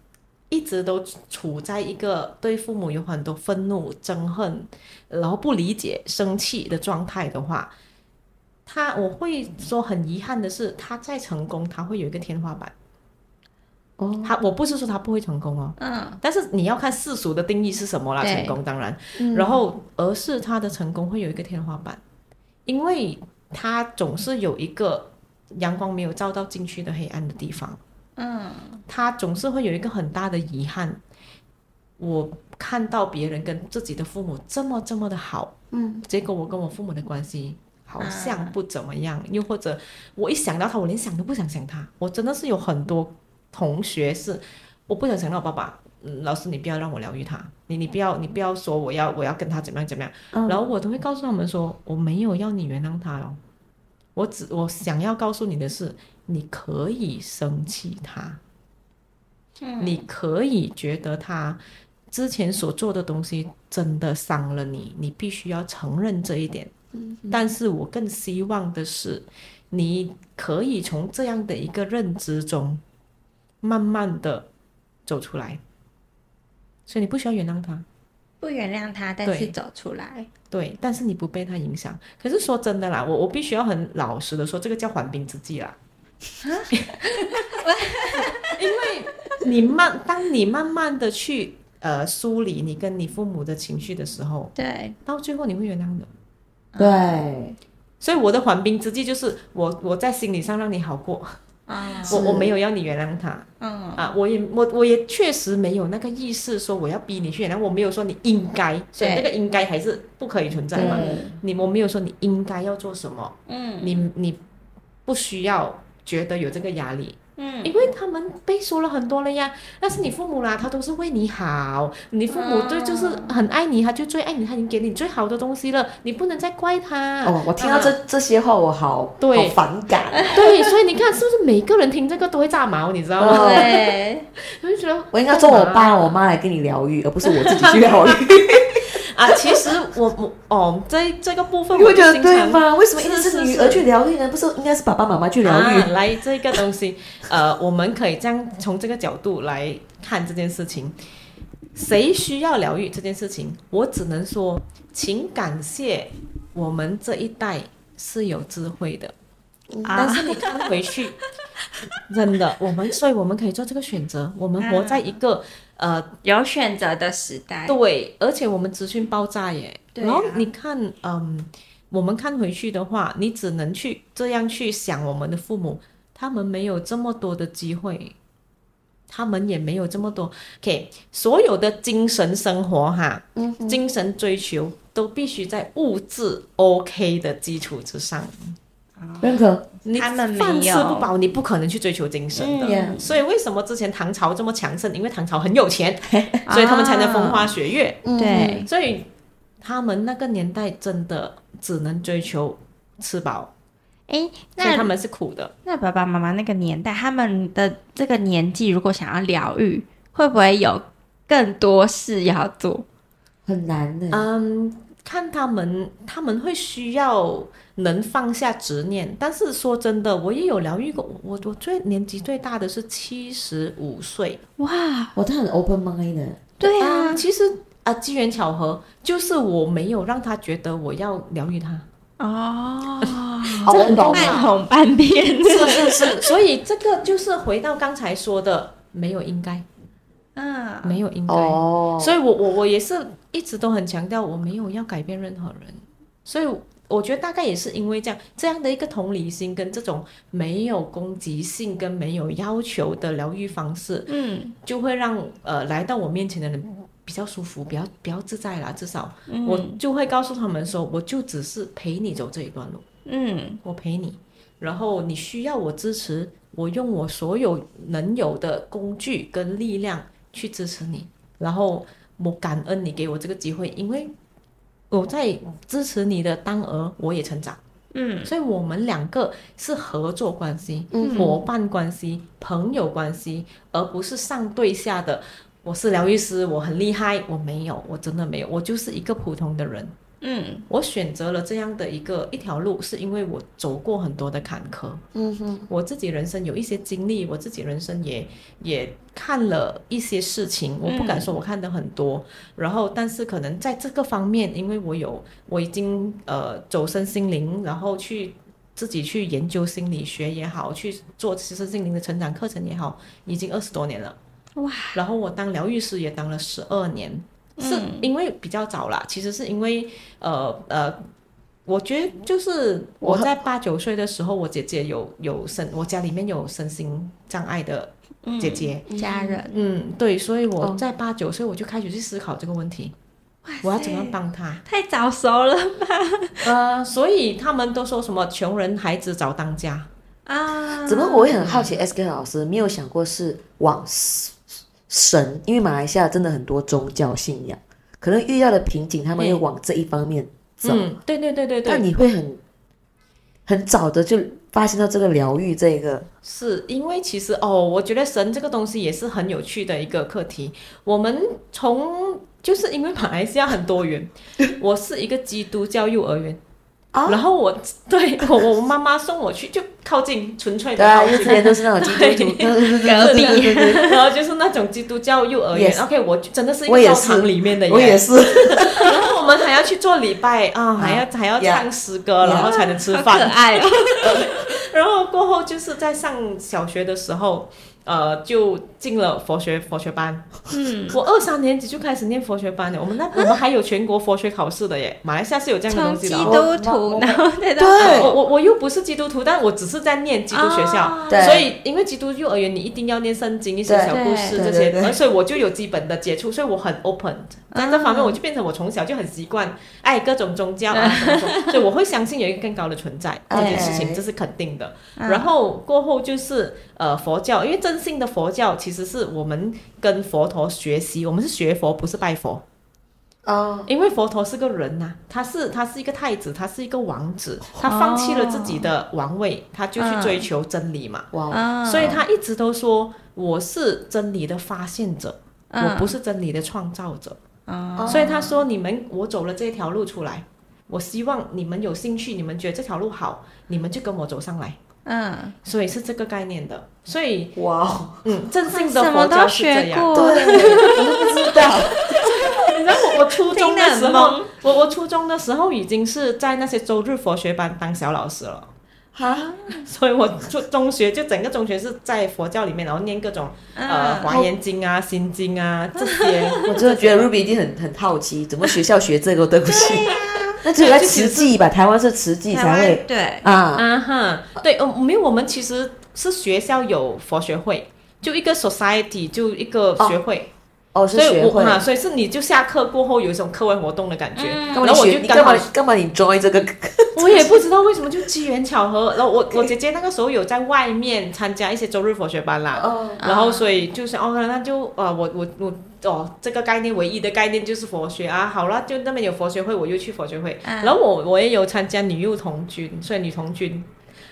[SPEAKER 2] 一直都处在一个对父母有很多愤怒、憎恨，然后不理解、生气的状态的话，他我会说很遗憾的是，他再成功，他会有一个天花板。
[SPEAKER 3] 哦，
[SPEAKER 2] 他我不是说他不会成功哦，
[SPEAKER 1] 嗯，
[SPEAKER 2] 但是你要看世俗的定义是什么啦，
[SPEAKER 1] 对
[SPEAKER 2] 成功当然，然后而是他的成功会有一个天花板，因为他总是有一个阳光没有照到进去的黑暗的地方，嗯，他总是会有一个很大的遗憾。我看到别人跟自己的父母这么这么的好，嗯，结果我跟我父母的关系好像不怎么样，又或者我一想到他，我连想都不想想他。我真的是有很多同学是我不想想到我爸爸，嗯，老师你不要让我疗愈他，你你不要你不要说我要我要跟他怎么样怎么样，然后我都会告诉他们说我没有要你原谅他哦，我只我想要告诉你的是，你可以生气他，你可以觉得他之前所做的东西真的伤了你，你必须要承认这一点。但是我更希望的是，你可以从这样的一个认知中，慢慢的走出来。所以你不需要原谅他，
[SPEAKER 1] 不原谅他，但
[SPEAKER 2] 对
[SPEAKER 1] 是走出来，
[SPEAKER 2] 对，但是你不被他影响。可是说真的啦，我我必须要很老实的说，这个叫缓兵之计啦。因为你慢，当你慢慢的去呃梳理你跟你父母的情绪的时候，
[SPEAKER 1] 对，
[SPEAKER 2] 到最后你会原谅的。
[SPEAKER 3] 对，
[SPEAKER 2] 所以我的缓兵之计就是我我在心理上让你好过，
[SPEAKER 1] 啊，
[SPEAKER 2] 我
[SPEAKER 3] 是
[SPEAKER 2] 我没有要你原谅他
[SPEAKER 1] 嗯，
[SPEAKER 2] 啊，我也我我也确实没有那个意识说我要逼你去原谅，我没有说你应该，所以
[SPEAKER 1] 对
[SPEAKER 2] 这个应该还是不可以存在嘛。
[SPEAKER 3] 对
[SPEAKER 2] 你我没有说你应该要做什么，
[SPEAKER 1] 嗯
[SPEAKER 2] 你你不需要觉得有这个压力，
[SPEAKER 1] 嗯，
[SPEAKER 2] 因为他们被说了很多了呀。那是你父母啦，他都是为你好，你父母对
[SPEAKER 1] 嗯
[SPEAKER 2] 就是很爱你，他就最爱你，他已经给你最好的东西了，你不能再怪他。
[SPEAKER 3] 哦，我听到这、这些话，我好
[SPEAKER 2] 对
[SPEAKER 3] 好反感。
[SPEAKER 2] 对，所以你看是不是每个人听这个都会炸毛，你知道吗？
[SPEAKER 1] 对，
[SPEAKER 2] 我 就觉得
[SPEAKER 3] 哦我应该做我
[SPEAKER 2] 干嘛
[SPEAKER 3] 爸我妈来跟你疗愈，而不是我自己去疗愈。
[SPEAKER 2] 啊。其实我我哦，这这个部分
[SPEAKER 3] 你
[SPEAKER 2] 我
[SPEAKER 3] 会
[SPEAKER 2] 就
[SPEAKER 3] 觉得
[SPEAKER 2] 经
[SPEAKER 3] 对
[SPEAKER 2] 常
[SPEAKER 3] 吗？为什么一
[SPEAKER 2] 是
[SPEAKER 3] 直是
[SPEAKER 2] 是
[SPEAKER 3] 女
[SPEAKER 2] 是
[SPEAKER 3] 儿去疗愈呢？不是应该是爸爸妈妈去疗愈
[SPEAKER 2] 啊？来，这个东西，呃，我们可以这样从这个角度来看这件事情。谁需要疗愈这件事情？我只能说，请感谢我们这一代是有智慧的。 但
[SPEAKER 1] 啊，
[SPEAKER 2] 是你看回去， 真的，我们所以我们可以做这个选择。我们活在一个、呃
[SPEAKER 1] 有选择的时代，
[SPEAKER 2] 对，而且我们资讯爆炸耶。
[SPEAKER 1] 哎对
[SPEAKER 2] 然后
[SPEAKER 1] 啊
[SPEAKER 2] 你看，嗯，我们看回去的话，你只能去这样去想我们的父母，他们没有这么多的机会，他们也没有这么多。OK，所有的精神生活哈，嗯、精神追求都必须在物质 OK 的基础之上。
[SPEAKER 3] 认可，
[SPEAKER 2] 你
[SPEAKER 1] 他们没
[SPEAKER 2] 饭吃
[SPEAKER 1] 有
[SPEAKER 2] 不饱，你不可能去追求精神的。
[SPEAKER 1] 嗯
[SPEAKER 3] Yeah
[SPEAKER 2] 所以为什么之前唐朝这么强盛？因为唐朝很有钱， 所以他们才
[SPEAKER 1] 啊
[SPEAKER 2] 能风花雪月。
[SPEAKER 3] 嗯
[SPEAKER 1] 对，
[SPEAKER 2] 所以他们那个年代真的只能追求吃饱，
[SPEAKER 1] 哎，
[SPEAKER 2] 所以
[SPEAKER 1] 那
[SPEAKER 2] 他们是苦的。
[SPEAKER 1] 那爸爸妈妈那个年代，他们的这个年纪，如果想要疗愈，会不会有更多事要做？
[SPEAKER 3] 很难呢、
[SPEAKER 2] 嗯，看他们，他们会需要能放下执念。但是说真的，我也有疗愈过，我我最年纪最大的是七十五岁。
[SPEAKER 1] 哇，
[SPEAKER 3] 我他很 open mind 的，
[SPEAKER 1] 对啊
[SPEAKER 2] 嗯，其实啊，机缘巧合，就是我没有让他觉得我要疗 愈他。
[SPEAKER 1] 哦，
[SPEAKER 3] 好，我
[SPEAKER 2] 很棒啊
[SPEAKER 3] 懂了。
[SPEAKER 1] 半哄半骗，
[SPEAKER 2] 是是是，所以这个就是回到刚才说的，没有应该，
[SPEAKER 1] 嗯，
[SPEAKER 2] 没有应该。
[SPEAKER 3] 哦，
[SPEAKER 2] 所以我我我也是一直都很强调，我没有要改变任何人，所以我觉得大概也是因为这样这样的一个同理心跟这种没有攻击性跟没有要求的疗愈方式，
[SPEAKER 1] 嗯，
[SPEAKER 2] 就会让呃来到我面前的人比较舒服，比较比较自在啦。至少
[SPEAKER 1] 嗯
[SPEAKER 2] 我就会告诉他们说，我就只是陪你走这一段路。
[SPEAKER 1] 嗯
[SPEAKER 2] 我陪你，然后你需要我支持，我用我所有能有的工具跟力量去支持你，然后我感恩你给我这个机会，因为我在支持你的当儿，我也成长，
[SPEAKER 1] 嗯
[SPEAKER 2] 所以我们两个是合作关系、
[SPEAKER 1] 嗯
[SPEAKER 2] 伙伴关系、朋友关系，而不是上对下的。我是疗愈师，我很厉害，我没有，我真的没有，我就是一个普通的人。
[SPEAKER 1] 嗯
[SPEAKER 2] 我选择了这样的一个一条路，是因为我走过很多的坎坷，
[SPEAKER 3] 嗯哼，
[SPEAKER 2] 我自己人生有一些经历，我自己人生也也看了一些事情，
[SPEAKER 3] 嗯
[SPEAKER 2] 我不敢说我看的很多，然后但是可能在这个方面，因为我有我已经呃走身心灵，然后去。自己去研究心理学也好，去做其实心灵的成长课程也好，已经二十多年了。
[SPEAKER 1] 哇！
[SPEAKER 2] 然后我当疗愈师也当了十二年，是
[SPEAKER 1] 嗯
[SPEAKER 2] 因为比较早啦，其实是因为呃呃，我觉得就是
[SPEAKER 3] 我
[SPEAKER 2] 我在八九岁的时候，我姐姐有有身，我家里面有身心障碍的
[SPEAKER 1] 嗯
[SPEAKER 2] 姐姐，
[SPEAKER 1] 家人，
[SPEAKER 2] 嗯，对，所以我
[SPEAKER 3] 哦
[SPEAKER 2] 在八九岁我就开始去思考这个问题，
[SPEAKER 1] 哇塞
[SPEAKER 2] 我要怎么样帮她。
[SPEAKER 1] 太早熟了
[SPEAKER 2] 呃，所以他们都说什么穷人孩子早当家，
[SPEAKER 1] 啊！
[SPEAKER 3] 怎么我也很好奇，S K 老师没有想过是往神，因为马来西亚真的很多宗教信仰，可能遇到的瓶颈，他们又往这一方面走。
[SPEAKER 2] 嗯，对对对对
[SPEAKER 3] 那
[SPEAKER 2] 对，
[SPEAKER 3] 你会很很早的就发现到这个疗愈这个，
[SPEAKER 2] 是因为其实哦，我觉得神这个东西也是很有趣的一个课题。我们从就是因为马来西亚很多 元，我是一个基督教幼儿园。
[SPEAKER 3] 啊
[SPEAKER 2] 然后我 对我我妈妈送我去就靠近纯粹
[SPEAKER 3] 对
[SPEAKER 2] 的
[SPEAKER 3] 啊，
[SPEAKER 2] 靠
[SPEAKER 3] 因为
[SPEAKER 2] 近
[SPEAKER 3] 这，边都是那种基督徒，
[SPEAKER 1] 隔壁
[SPEAKER 3] 对对对对
[SPEAKER 2] 然后就是那种基督教幼儿园。
[SPEAKER 3] Yes
[SPEAKER 2] OK，我真的是一
[SPEAKER 3] 我
[SPEAKER 2] 个
[SPEAKER 3] 也
[SPEAKER 2] 教
[SPEAKER 3] 是
[SPEAKER 2] 堂里面的耶，
[SPEAKER 3] 我也是，
[SPEAKER 2] 然后我们还要去做礼拜啊，还要还要
[SPEAKER 3] yeah
[SPEAKER 2] 唱诗歌，然后才能吃
[SPEAKER 1] 好可
[SPEAKER 2] 饭。
[SPEAKER 1] 爱哦！
[SPEAKER 2] 然后过后就是在上小学的时候，呃，就进了佛学佛学班。
[SPEAKER 1] 嗯，
[SPEAKER 2] 我二三年级就开始念佛学班了。我们那
[SPEAKER 3] 啊
[SPEAKER 2] 我们还有全国佛学考试的耶，马来西亚是有这样的
[SPEAKER 1] 从
[SPEAKER 2] 东西
[SPEAKER 1] 基
[SPEAKER 2] 的。哦
[SPEAKER 3] 哦
[SPEAKER 1] 督徒，然后再到
[SPEAKER 3] 对
[SPEAKER 2] 我我我又不是基督徒，但我只是在念基督学校。
[SPEAKER 1] 哦
[SPEAKER 3] 啊对
[SPEAKER 2] 所以，因为基督幼儿园，你一定要念圣经、一些
[SPEAKER 3] 对
[SPEAKER 2] 小故事
[SPEAKER 3] 对
[SPEAKER 2] 这
[SPEAKER 3] 对
[SPEAKER 2] 些，
[SPEAKER 3] 对啊
[SPEAKER 2] 而所以我就有基本的接触，所以我很 open。在这方面，我就变成我从小就很习惯，哎，各种宗教啊，各种宗所以我会相信有一个更高的存在这件事
[SPEAKER 3] 哎
[SPEAKER 2] 情，这是肯定的。
[SPEAKER 1] 嗯
[SPEAKER 2] 然后过后就是呃佛教，因为真信的佛教其实是我们跟佛陀学习，我们是学佛，不是拜佛。
[SPEAKER 3] 哦，
[SPEAKER 2] 因为佛陀是个人呐、他是他是一个太子，他是一个王子，他放弃了自己的王位，他就去追求真理嘛。
[SPEAKER 3] 哇哦，
[SPEAKER 1] 啊，
[SPEAKER 2] 所以他一直都说我是真理的发现者，我不
[SPEAKER 1] 是
[SPEAKER 2] 是真理的创造者。
[SPEAKER 1] 啊，
[SPEAKER 2] 所以他说你们我走了这条路出来，我希望你们有兴趣，你们觉得这条路好，你们就跟我走上来。
[SPEAKER 1] 嗯，
[SPEAKER 2] 所以是这个概念的，所以
[SPEAKER 3] 哇哦，
[SPEAKER 2] 嗯，真信的
[SPEAKER 1] 什
[SPEAKER 2] 佛
[SPEAKER 1] 么
[SPEAKER 2] 教
[SPEAKER 1] 都
[SPEAKER 2] 是这
[SPEAKER 1] 学
[SPEAKER 2] 样。
[SPEAKER 1] 过，
[SPEAKER 3] 我都不知道，
[SPEAKER 2] 你知道我我初中
[SPEAKER 1] 听
[SPEAKER 2] 的时
[SPEAKER 1] 得很
[SPEAKER 2] 候
[SPEAKER 1] 懵，
[SPEAKER 2] 我我初中的时候已经是在那些周日佛学班当小老师了。
[SPEAKER 3] 哈，
[SPEAKER 2] 所以我就中学就整个中学是在佛教里面，然后念各种、呃《
[SPEAKER 1] 嗯
[SPEAKER 2] 华严经》啊、《心经》啊 这些。
[SPEAKER 3] 我真的觉得 Ruby 一定很很好奇，怎么学校学这个东西？那只有在慈济吧，台湾是慈济
[SPEAKER 1] 台
[SPEAKER 3] 才
[SPEAKER 1] 湾
[SPEAKER 3] 会
[SPEAKER 1] 对，
[SPEAKER 3] 啊，
[SPEAKER 2] 啊哈，对，呃，没有，我们其实是学校有佛学会，就一个 society，就一个学会，
[SPEAKER 3] 哦，是
[SPEAKER 2] 所以
[SPEAKER 3] 学
[SPEAKER 2] 我
[SPEAKER 3] 会。
[SPEAKER 2] 啊，所以是你就下课过后有一种课外活动的感觉，
[SPEAKER 1] 嗯
[SPEAKER 3] 干
[SPEAKER 2] 然
[SPEAKER 3] 嘛你
[SPEAKER 2] 后我
[SPEAKER 3] 学？
[SPEAKER 2] 就
[SPEAKER 3] 你
[SPEAKER 2] 刚
[SPEAKER 3] 干
[SPEAKER 2] 好
[SPEAKER 3] 嘛？干嘛你 join 这个？
[SPEAKER 2] 我也不知道为什么，就机缘巧合。然后我我姐姐那个时候有在外面参加一些周日佛学班啦，
[SPEAKER 3] 哦，
[SPEAKER 2] 然后所以就是哦，那就呃，我我我哦，这个概念唯一的概念就是佛学啊。好了，就那边有佛学会，我又去佛学会。
[SPEAKER 1] 嗯
[SPEAKER 2] 然后我我也有参加女幼童军，所以女童军。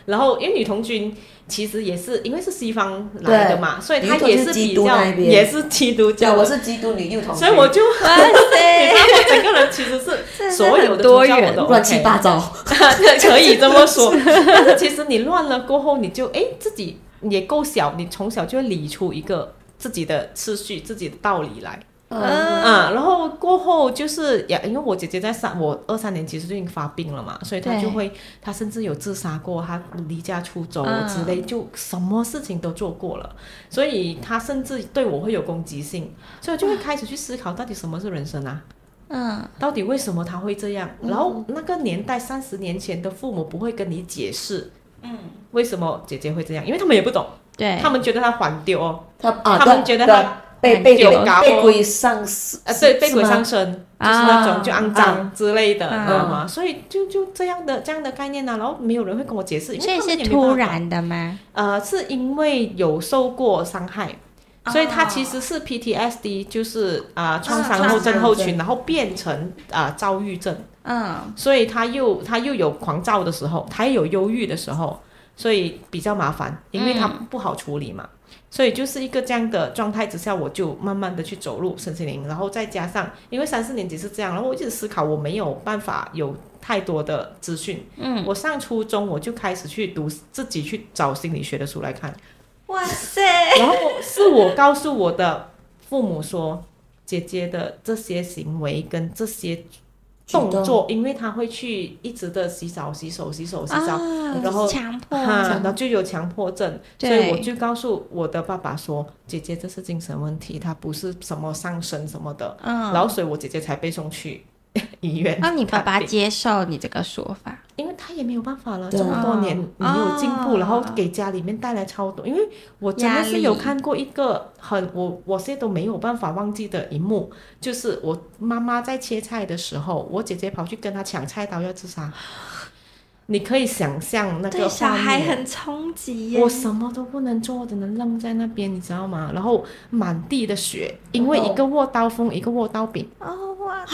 [SPEAKER 2] 然后因为女童军其实也是因为是西方来的嘛，所以
[SPEAKER 3] 女
[SPEAKER 2] 它
[SPEAKER 3] 童
[SPEAKER 2] 也
[SPEAKER 3] 是
[SPEAKER 2] 是
[SPEAKER 3] 基
[SPEAKER 2] 比
[SPEAKER 3] 督
[SPEAKER 2] 较
[SPEAKER 3] 那边
[SPEAKER 2] 也是基督
[SPEAKER 3] 对，
[SPEAKER 2] 教
[SPEAKER 3] 我
[SPEAKER 2] 的，
[SPEAKER 3] 是基督女幼童军，
[SPEAKER 2] 所以我就
[SPEAKER 1] 哇
[SPEAKER 2] 你知
[SPEAKER 1] 塞，
[SPEAKER 2] 道我整个人其实是
[SPEAKER 1] 真的
[SPEAKER 2] 所有
[SPEAKER 1] 很
[SPEAKER 2] 的
[SPEAKER 1] 多
[SPEAKER 2] 宗教我
[SPEAKER 1] 元
[SPEAKER 2] 都 OK
[SPEAKER 3] 乱七八糟。
[SPEAKER 2] 可以这么 说。但是其实你乱了过后，你就哎自己也够小，你从小就会理出一个自己的次序、自己的道理来。
[SPEAKER 1] 嗯
[SPEAKER 2] 嗯，然后过后就是呀，因为我姐姐在三，我二三年级时就已经发病了嘛，所以她
[SPEAKER 1] 对
[SPEAKER 2] 就会，她甚至有自杀过，她离家出走
[SPEAKER 1] 嗯
[SPEAKER 2] 之类，就什么事情都做过了，所以她甚至对我会有攻击性，所以我就会开始去思考到底什么是人生啊，
[SPEAKER 1] 嗯，
[SPEAKER 2] 到底为什么她会这样？然后那个年代三十年前的父母不会跟你解释，嗯，为什么姐姐会这样，因为他们也不懂，
[SPEAKER 1] 对
[SPEAKER 2] 他，们觉得她还丢哦，
[SPEAKER 3] 他啊，
[SPEAKER 2] 他们
[SPEAKER 3] 对
[SPEAKER 2] 觉得
[SPEAKER 3] 对
[SPEAKER 2] 他
[SPEAKER 3] 被被
[SPEAKER 2] 有
[SPEAKER 3] 被
[SPEAKER 2] 搞
[SPEAKER 3] 被
[SPEAKER 2] 哦
[SPEAKER 3] 鬼上身
[SPEAKER 2] 啊，对，被鬼。
[SPEAKER 3] 是
[SPEAKER 2] 上
[SPEAKER 3] 吗
[SPEAKER 2] 身，就是
[SPEAKER 1] 啊
[SPEAKER 2] 那种就肮脏之类的，
[SPEAKER 1] 啊
[SPEAKER 2] 你知道吗？所以就就这样的这样的概念呢、啊然后没有人会跟我解释，因
[SPEAKER 1] 所
[SPEAKER 2] 为
[SPEAKER 1] 以
[SPEAKER 2] 他们
[SPEAKER 1] 是
[SPEAKER 2] 也没
[SPEAKER 1] 突
[SPEAKER 2] 办法，
[SPEAKER 1] 然的吗？
[SPEAKER 2] 呃，是因为有受过伤害。
[SPEAKER 1] 哦
[SPEAKER 2] 所以他其实是 PTSD，就是啊、创伤
[SPEAKER 1] 创
[SPEAKER 2] 后
[SPEAKER 1] 伤
[SPEAKER 2] 症候群，
[SPEAKER 3] 症
[SPEAKER 2] 然后变成啊、躁郁症，
[SPEAKER 1] 嗯，
[SPEAKER 2] 所以他又他又有狂躁的时候，他也有忧郁的时候，所以比较麻烦，因为他不好处理嘛。所以就是一个这样的状态之下，我就慢慢的去走入身心灵，然后再加上因为三四年级是这样，然后我一直思考我没有办法有太多的资讯，嗯，我上初中我就开始去读自己去找心理学的书来看，
[SPEAKER 1] 哇塞，
[SPEAKER 2] 然后是我告诉我的父母说，姐姐的这些行为跟这些动
[SPEAKER 3] 举
[SPEAKER 2] 作，因为他会去一直的洗澡、洗手、洗手、洗
[SPEAKER 1] 啊
[SPEAKER 2] 澡，，然后
[SPEAKER 1] 强迫，
[SPEAKER 2] 哈，然后就有强迫症，所
[SPEAKER 1] 对
[SPEAKER 2] 以我就告诉我的爸爸说：“姐姐，这是精神问题，他不是什么上身什么的。
[SPEAKER 1] 嗯，
[SPEAKER 2] 然后，所以我姐姐才被送去医院。
[SPEAKER 1] 哦让你爸爸
[SPEAKER 2] 看病
[SPEAKER 1] 接受你这个说法，
[SPEAKER 2] 因为他也没有办法了，
[SPEAKER 3] 对
[SPEAKER 2] 这么多年
[SPEAKER 1] 哦
[SPEAKER 2] 没有进步，
[SPEAKER 1] 哦
[SPEAKER 2] 然后给家里面带来超多。因为我真
[SPEAKER 1] 压
[SPEAKER 2] 的
[SPEAKER 1] 力
[SPEAKER 2] 是有看过一个很我我现在都没有办法忘记的一幕，就是我妈妈在切菜的时候，我姐姐跑去跟她抢菜刀要自杀。你可以想象那
[SPEAKER 1] 对
[SPEAKER 2] 个
[SPEAKER 1] 小
[SPEAKER 2] 画
[SPEAKER 1] 孩
[SPEAKER 2] 面。
[SPEAKER 1] 很冲击耶
[SPEAKER 2] 我。什么都不能做，只能愣在那边，你知道吗？然后满地的血，因为一个握刀锋，一个握刀柄，
[SPEAKER 1] 哦哇，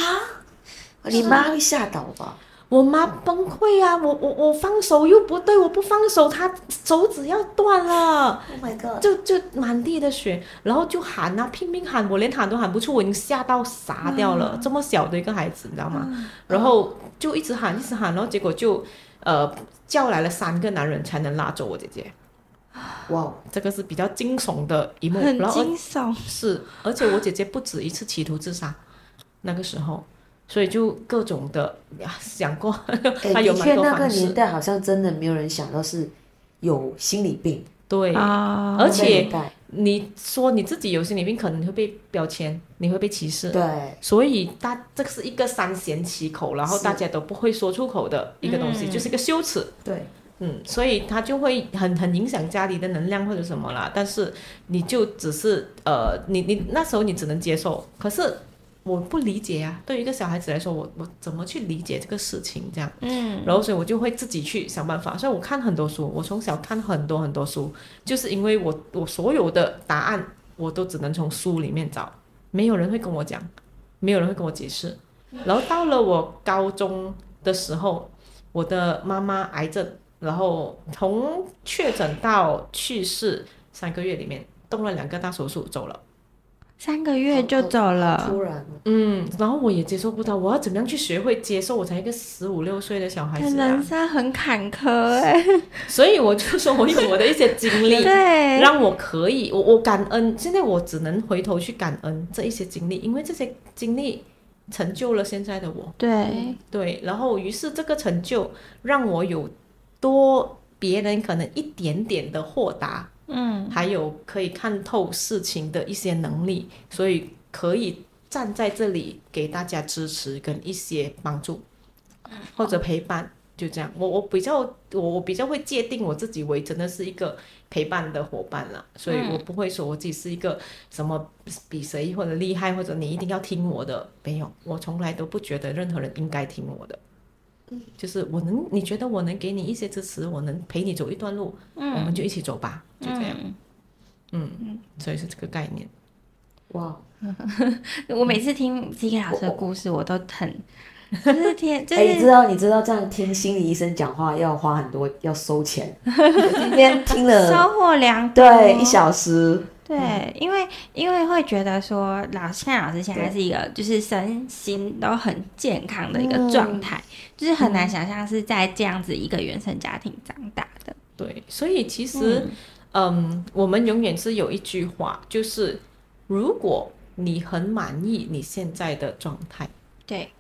[SPEAKER 3] 你妈会吓到吧？
[SPEAKER 2] 我妈崩溃啊！我我我放手又不对，我不放手，她手指要断了，
[SPEAKER 3] Oh my god！
[SPEAKER 2] 就就满地的血，然后就喊啊，拼命喊，我连喊都喊不出，我已经吓到傻掉
[SPEAKER 1] 嗯
[SPEAKER 2] 了，这么小的一个孩子，你知道吗？然后就一直喊，一直喊，然后结果就呃叫来了三个男人才能拉走我姐姐，
[SPEAKER 3] 哇哦，
[SPEAKER 2] 这个是比较惊悚的一幕，
[SPEAKER 1] 很
[SPEAKER 2] 然后
[SPEAKER 1] 惊悚，
[SPEAKER 2] 是，而且我姐姐不止一次企图自杀，那个时候，所以就各种的呀想过，
[SPEAKER 3] 哎，
[SPEAKER 2] 她有
[SPEAKER 3] 的确
[SPEAKER 2] 蛮多
[SPEAKER 3] 那个
[SPEAKER 2] 方式
[SPEAKER 3] 年代好像真的没有人想到是有心理病，
[SPEAKER 2] 对，
[SPEAKER 1] 啊
[SPEAKER 2] 而且
[SPEAKER 3] 那个年代
[SPEAKER 2] 你说你自己有心理病，可能你会被标签，你会被歧视，
[SPEAKER 3] 对，
[SPEAKER 2] 所以大这个是一个三缄其口，然后大家都不会说出口的一个东西，
[SPEAKER 1] 嗯
[SPEAKER 2] 就是一个羞耻。
[SPEAKER 3] 对，
[SPEAKER 2] 嗯，所以它就会很很影响家里的能量或者什么啦。但是你就只是呃，你你那时候你只能接受，可是我不理解啊。对于一个小孩子来说，我我怎么去理解这个事情这样？
[SPEAKER 1] 嗯，
[SPEAKER 2] 然后所以我就会自己去想办法。所以我看很多书，我从小看很多很多书，就是因为我我所有的答案我都只能从书里面找，没有人会跟我讲，没有人会跟我解释。然后到了我高中的时候，我的妈妈癌症，然后从确诊到去世三个月里面，动了两个大手术走了。
[SPEAKER 1] 三个月就走了，
[SPEAKER 2] 啊
[SPEAKER 3] 突然
[SPEAKER 2] 嗯，然后我也接受不到，我要怎么样去学会接受？我才一个十五六岁的小孩子、啊，
[SPEAKER 1] 人生很坎坷哎，
[SPEAKER 2] 所以我就说我有我的一些经历，
[SPEAKER 1] 对，
[SPEAKER 2] 让我可以，我我感恩。现在我只能回头去感恩这一些经历，因为这些经历成就了现在的我。
[SPEAKER 1] 对，
[SPEAKER 2] 对，然后于是这个成就让我有多别人可能一点点的豁达，
[SPEAKER 1] 嗯，
[SPEAKER 2] 还有可以看透事情的一些能力，所以可以站在这里给大家支持跟一些帮助或者陪伴，就这样。我我比较我我比较会界定我自己为真的是一个陪伴的伙伴啦，所以我不会说我自己是一个什么比谁或者厉害或者你一定要听我的，没有，我从来都不觉得任何人应该听我的。就是我能，你觉得我能给你一些支持，我能陪你走一段路，我们就一起走吧，就这样。
[SPEAKER 1] 嗯
[SPEAKER 2] 嗯，所以是这个概念。
[SPEAKER 3] 哇，哦
[SPEAKER 1] 我每次听 J.K. 老师的故事，我都 很，就是天，就
[SPEAKER 3] 哎，你知
[SPEAKER 1] 是
[SPEAKER 3] 道你知道这样听心理医生讲话要花很多，要收钱。我今天听了
[SPEAKER 1] 收获良多，
[SPEAKER 3] 对一小时，
[SPEAKER 1] 对，因为因为会觉得说老师看老师现在
[SPEAKER 3] 对
[SPEAKER 1] 是一个就是身心都很健康的一
[SPEAKER 3] 嗯
[SPEAKER 1] 个状态，就是很难想象是在这样子一个原生家庭长大的。
[SPEAKER 2] 对，所以其实，嗯我们永远是有一句话，就是如果你很满意你现在的状态，
[SPEAKER 1] 对，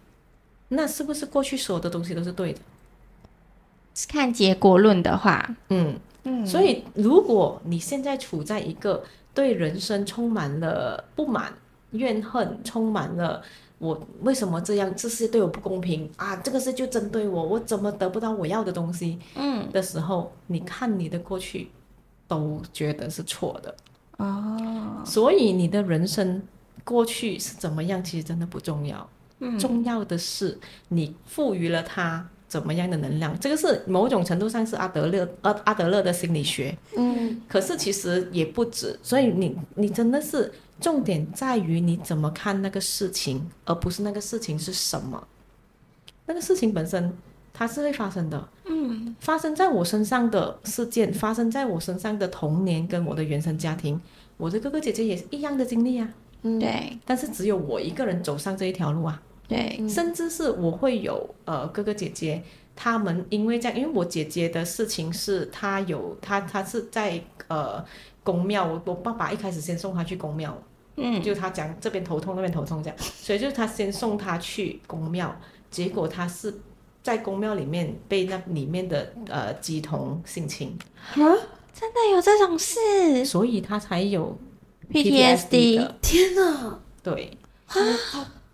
[SPEAKER 2] 那是不是过去所有的东西都是对的？
[SPEAKER 1] 是看结果论的话，
[SPEAKER 2] 嗯，
[SPEAKER 1] 嗯
[SPEAKER 2] 所以如果你现在处在一个对人生充满了不满、怨恨，充满了。我为什么这样？这世界对我不公平啊！这个事就针对我，我怎么得不到我要的东西？
[SPEAKER 1] 嗯
[SPEAKER 2] 的时候，你看你的过去，都觉得是错的。
[SPEAKER 1] 哦
[SPEAKER 2] 所以你的人生过去是怎么样，其实真的不重要，
[SPEAKER 1] 嗯
[SPEAKER 2] 重要的是你赋予了它怎么样的能量。这个是某种程度上是阿德勒阿阿德勒的心理学，
[SPEAKER 3] 嗯，
[SPEAKER 2] 可是其实也不止。所以你你真的是重点在于你怎么看那个事情，而不是那个事情是什么。那个事情本身它是会发生的，
[SPEAKER 1] 嗯
[SPEAKER 2] 发生在我身上的事件，发生在我身上的童年跟我的原生家庭，我的哥哥姐姐也是一样的经历啊。
[SPEAKER 3] 嗯
[SPEAKER 1] 对
[SPEAKER 2] 但是只有我一个人走上这一条路啊，
[SPEAKER 1] 对
[SPEAKER 2] 甚至是我会有呃哥哥姐姐他们因为这样，因为我姐姐的事情是她有她她是在呃公庙，我我爸爸一开始先送她去公庙，
[SPEAKER 1] 嗯
[SPEAKER 2] 就他讲这边头痛那边头痛这样，所以就是他先送他去公庙，结果他是在公庙里面被那里面的呃鸡童性侵，
[SPEAKER 3] 啊
[SPEAKER 1] 真的有这种事
[SPEAKER 2] 所以他才有 PTSD
[SPEAKER 1] ？PTSD，
[SPEAKER 2] 的
[SPEAKER 3] 天哪！
[SPEAKER 2] 对，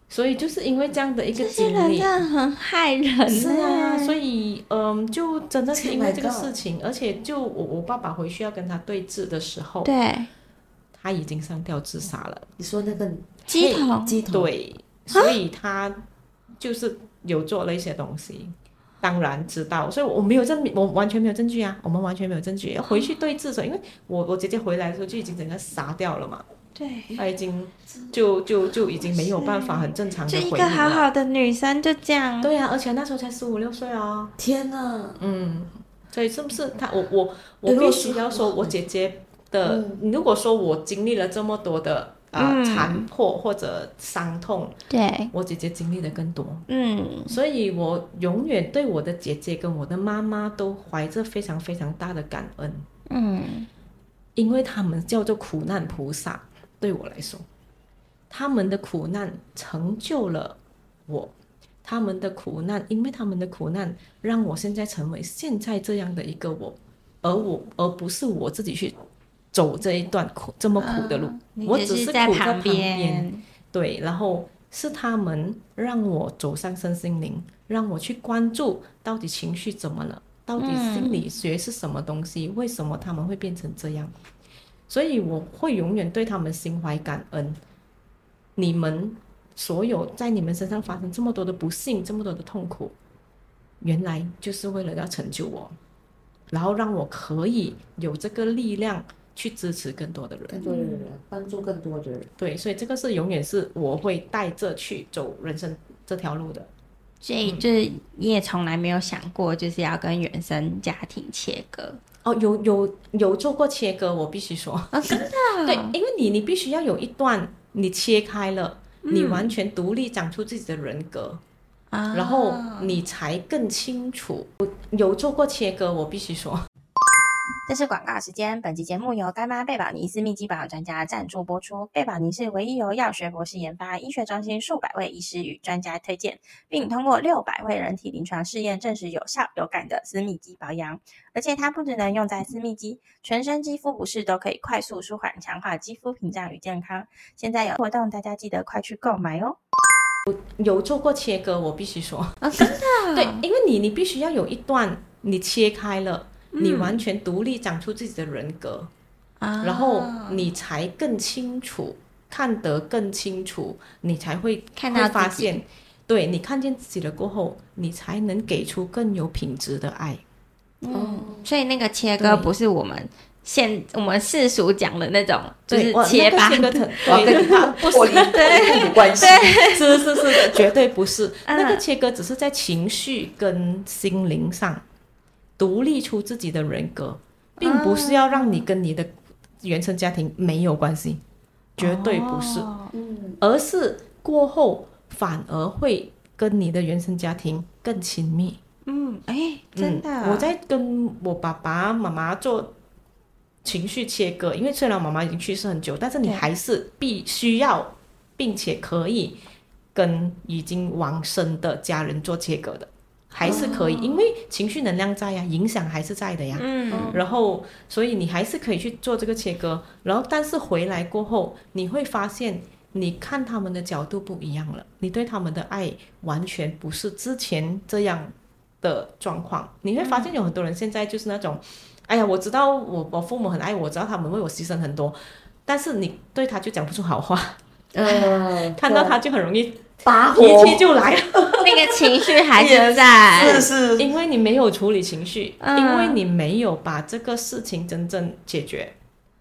[SPEAKER 2] 所以就是因为这样的一个
[SPEAKER 1] 啊这些
[SPEAKER 2] 经
[SPEAKER 1] 人
[SPEAKER 2] 历
[SPEAKER 1] 真。的很害人。
[SPEAKER 2] 是啊，，所以嗯，就真的是因为
[SPEAKER 3] Oh my
[SPEAKER 2] 这个
[SPEAKER 3] God
[SPEAKER 2] 事情，而且就我我爸爸回去要跟他对峙的时候，
[SPEAKER 1] 对，
[SPEAKER 2] 他已经上吊自杀了。
[SPEAKER 3] 你说那个
[SPEAKER 1] 鸡同
[SPEAKER 3] 鸡头，
[SPEAKER 1] 啊
[SPEAKER 2] 对，所以他就是有做了一些东西，当然知道，所以我没有证明，我完全没有证据啊，我们完全没有证据。回去对峙的时候，因为我我姐姐回来的时候就已经整个杀掉了嘛，
[SPEAKER 1] 对，
[SPEAKER 2] 她已经就就就已经没有办法很正常的
[SPEAKER 1] 就
[SPEAKER 2] 回
[SPEAKER 1] 一
[SPEAKER 2] 应
[SPEAKER 1] 个好
[SPEAKER 2] 了。
[SPEAKER 1] 好的女生就这样，
[SPEAKER 2] 对呀、啊而且那时候才十五六岁啊。
[SPEAKER 3] 天哪！
[SPEAKER 2] 嗯，所以是不是他？我我
[SPEAKER 3] 哎
[SPEAKER 2] 我
[SPEAKER 3] 如果
[SPEAKER 2] 必
[SPEAKER 3] 是
[SPEAKER 2] 须要说，我姐姐的，如果说我经历了这么多的啊、
[SPEAKER 1] 嗯
[SPEAKER 2] 残破或者伤痛，
[SPEAKER 1] 对，
[SPEAKER 2] 我姐姐经历的更多，
[SPEAKER 1] 嗯，
[SPEAKER 2] 所以我永远对我的姐姐跟我的妈妈都怀着非常非常大的感恩，
[SPEAKER 1] 嗯，
[SPEAKER 2] 因为他们叫做苦难菩萨，对我来说，他们的苦难成就了我。他们的苦难，因为他们的苦难，让我现在成为现在这样的一个我，而我而不是我自己去走这一段苦这么苦的路。
[SPEAKER 1] 嗯你
[SPEAKER 2] 我
[SPEAKER 1] 只
[SPEAKER 2] 只
[SPEAKER 1] 是
[SPEAKER 2] 是
[SPEAKER 1] 在
[SPEAKER 2] 苦在
[SPEAKER 1] 旁
[SPEAKER 2] 旁边嗯
[SPEAKER 1] 边，
[SPEAKER 2] 对，然后是他们让我走上身心灵，让我去关注到底情绪怎么了，到底心理学是什么东西，为什么他们会变成这样？所以我会永远对他们心怀感恩。你们所有在你们身上发生这么多的不幸，这么多的痛苦，原来就是为了要成就我，然后让我可以有这个力量去支持更多的人。
[SPEAKER 3] 更多的人帮助更多的人，
[SPEAKER 2] 对，所以这个是永远是我会带着去走人生这条路的。
[SPEAKER 1] 所以就是你也从来没有想过，就是要跟原生家庭切割。
[SPEAKER 2] 哦，有有有做过切割，我必须说， 啊对，
[SPEAKER 1] 嗯
[SPEAKER 2] 因为你你必须要有一段你切开了，你完全独立长出自己的人格，
[SPEAKER 1] 啊
[SPEAKER 2] 然后你才更清楚。我有做过切割，我必须说，
[SPEAKER 1] 这是广告时间。本期节目由干妈贝宝妮私密肌保养专家赞助播出。贝宝妮是唯一由药学博士研发、医学中心数百位医师与专家推荐，并通过六百位人体临床试验证实有效有感的私密肌保养。而且它不只能用在私密肌，全身肌肤不适都可以快速舒缓，强化肌肤屏障与健康。现在有活动，大家记得快去购买哦。
[SPEAKER 2] 有做过切割，我必须说，
[SPEAKER 1] 啊，真的？
[SPEAKER 2] 对，因为你你必须要有一段你切开了，你完全独立长出自己的人格，
[SPEAKER 1] 啊
[SPEAKER 2] 然后你才更清楚，看得更清楚，你才会
[SPEAKER 1] 看
[SPEAKER 2] 会
[SPEAKER 1] 到
[SPEAKER 2] 发
[SPEAKER 1] 自己
[SPEAKER 2] 现，对你看见自己了过后，你才能给出更有品质的爱。
[SPEAKER 1] 嗯，所以那个切割
[SPEAKER 2] 对
[SPEAKER 1] 不是我们现我们世俗讲的那种，就是
[SPEAKER 2] 我
[SPEAKER 1] 切吧
[SPEAKER 2] 那，个切割
[SPEAKER 3] 哇
[SPEAKER 2] 成，对，它不
[SPEAKER 3] 我
[SPEAKER 2] 是
[SPEAKER 3] 离对有关系，
[SPEAKER 2] 是是是的，绝对不是。
[SPEAKER 1] 嗯
[SPEAKER 2] 那个切割只是在情绪跟心灵上独立出自己的人格，并不
[SPEAKER 1] 啊
[SPEAKER 2] 是要让你跟你的原生家庭没有关系，绝对不是。
[SPEAKER 1] 哦
[SPEAKER 3] 嗯，
[SPEAKER 2] 而是过后反而会跟你的原生家庭更亲密。
[SPEAKER 1] 嗯，哎，真的，
[SPEAKER 2] 嗯我在跟我爸爸妈妈做情绪切割，因为虽然妈妈已经去世很久，但是你
[SPEAKER 1] 对
[SPEAKER 2] 还是必须要，并且可以跟已经往生的家人做切割的，还是可以，
[SPEAKER 1] 哦
[SPEAKER 2] 因为情绪能量在呀，影响还是在的呀。
[SPEAKER 1] 嗯，
[SPEAKER 2] 然后，所以你还是可以去做这个切割，然后但是回来过后，你会发现，你看他们的角度不一样了，你对他们的爱完全不是之前这样的状况。你会发现有很多人现在就是那种，哎呀，我知道我我父母很爱我，我知道他们为我牺牲很多，但是你对他就讲不出好话，
[SPEAKER 3] 呃，
[SPEAKER 2] 看到他就很容易
[SPEAKER 3] 拔
[SPEAKER 2] 脾
[SPEAKER 3] 火，
[SPEAKER 2] 气就来了。
[SPEAKER 1] 那个情绪还是 在，
[SPEAKER 3] 是
[SPEAKER 2] 因为你没有处理情绪，
[SPEAKER 1] 嗯
[SPEAKER 2] 因为你没有把这个事情真正解决，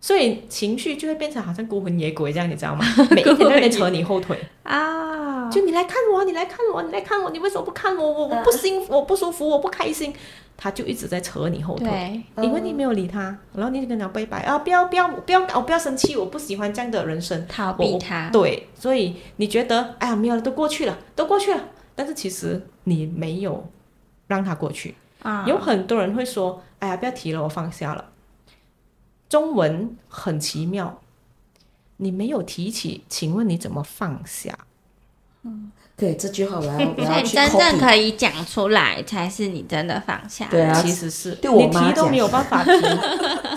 [SPEAKER 2] 所以情绪就会变成好像孤魂野鬼这样，你知 道吗？每一天在那边扯你后腿，
[SPEAKER 1] 啊，
[SPEAKER 2] 就你来看我，你来看我，你来看我，你为什么不看我？我我不幸 福，我不舒服，我不开心，他就一直在扯你后腿。
[SPEAKER 1] 对，
[SPEAKER 2] 因为你没有理他，然后你就跟他拜拜啊！不要不要不要，我不要生气，我不喜欢这样的人生。
[SPEAKER 1] 逃
[SPEAKER 2] 我
[SPEAKER 1] 避
[SPEAKER 2] 我
[SPEAKER 1] 他，
[SPEAKER 2] 对，所以你觉得哎呀没有了，都过去了，都过去了。但是其实你没有让他过去，
[SPEAKER 1] 啊，
[SPEAKER 2] 有很多人会说：“哎呀，不要提了，我放下了。”中文很奇妙，你没有提起，请问你怎么放下？
[SPEAKER 3] 对这句 话我要我
[SPEAKER 1] 所以
[SPEAKER 3] 要
[SPEAKER 1] 你
[SPEAKER 3] 去
[SPEAKER 1] 真正
[SPEAKER 3] copy。
[SPEAKER 1] 可以讲出来，才是你真的放下。
[SPEAKER 3] 对啊
[SPEAKER 2] 其实是
[SPEAKER 3] 对我
[SPEAKER 2] 你
[SPEAKER 3] 妈
[SPEAKER 2] 提都
[SPEAKER 3] 讲
[SPEAKER 2] 没有办法 提。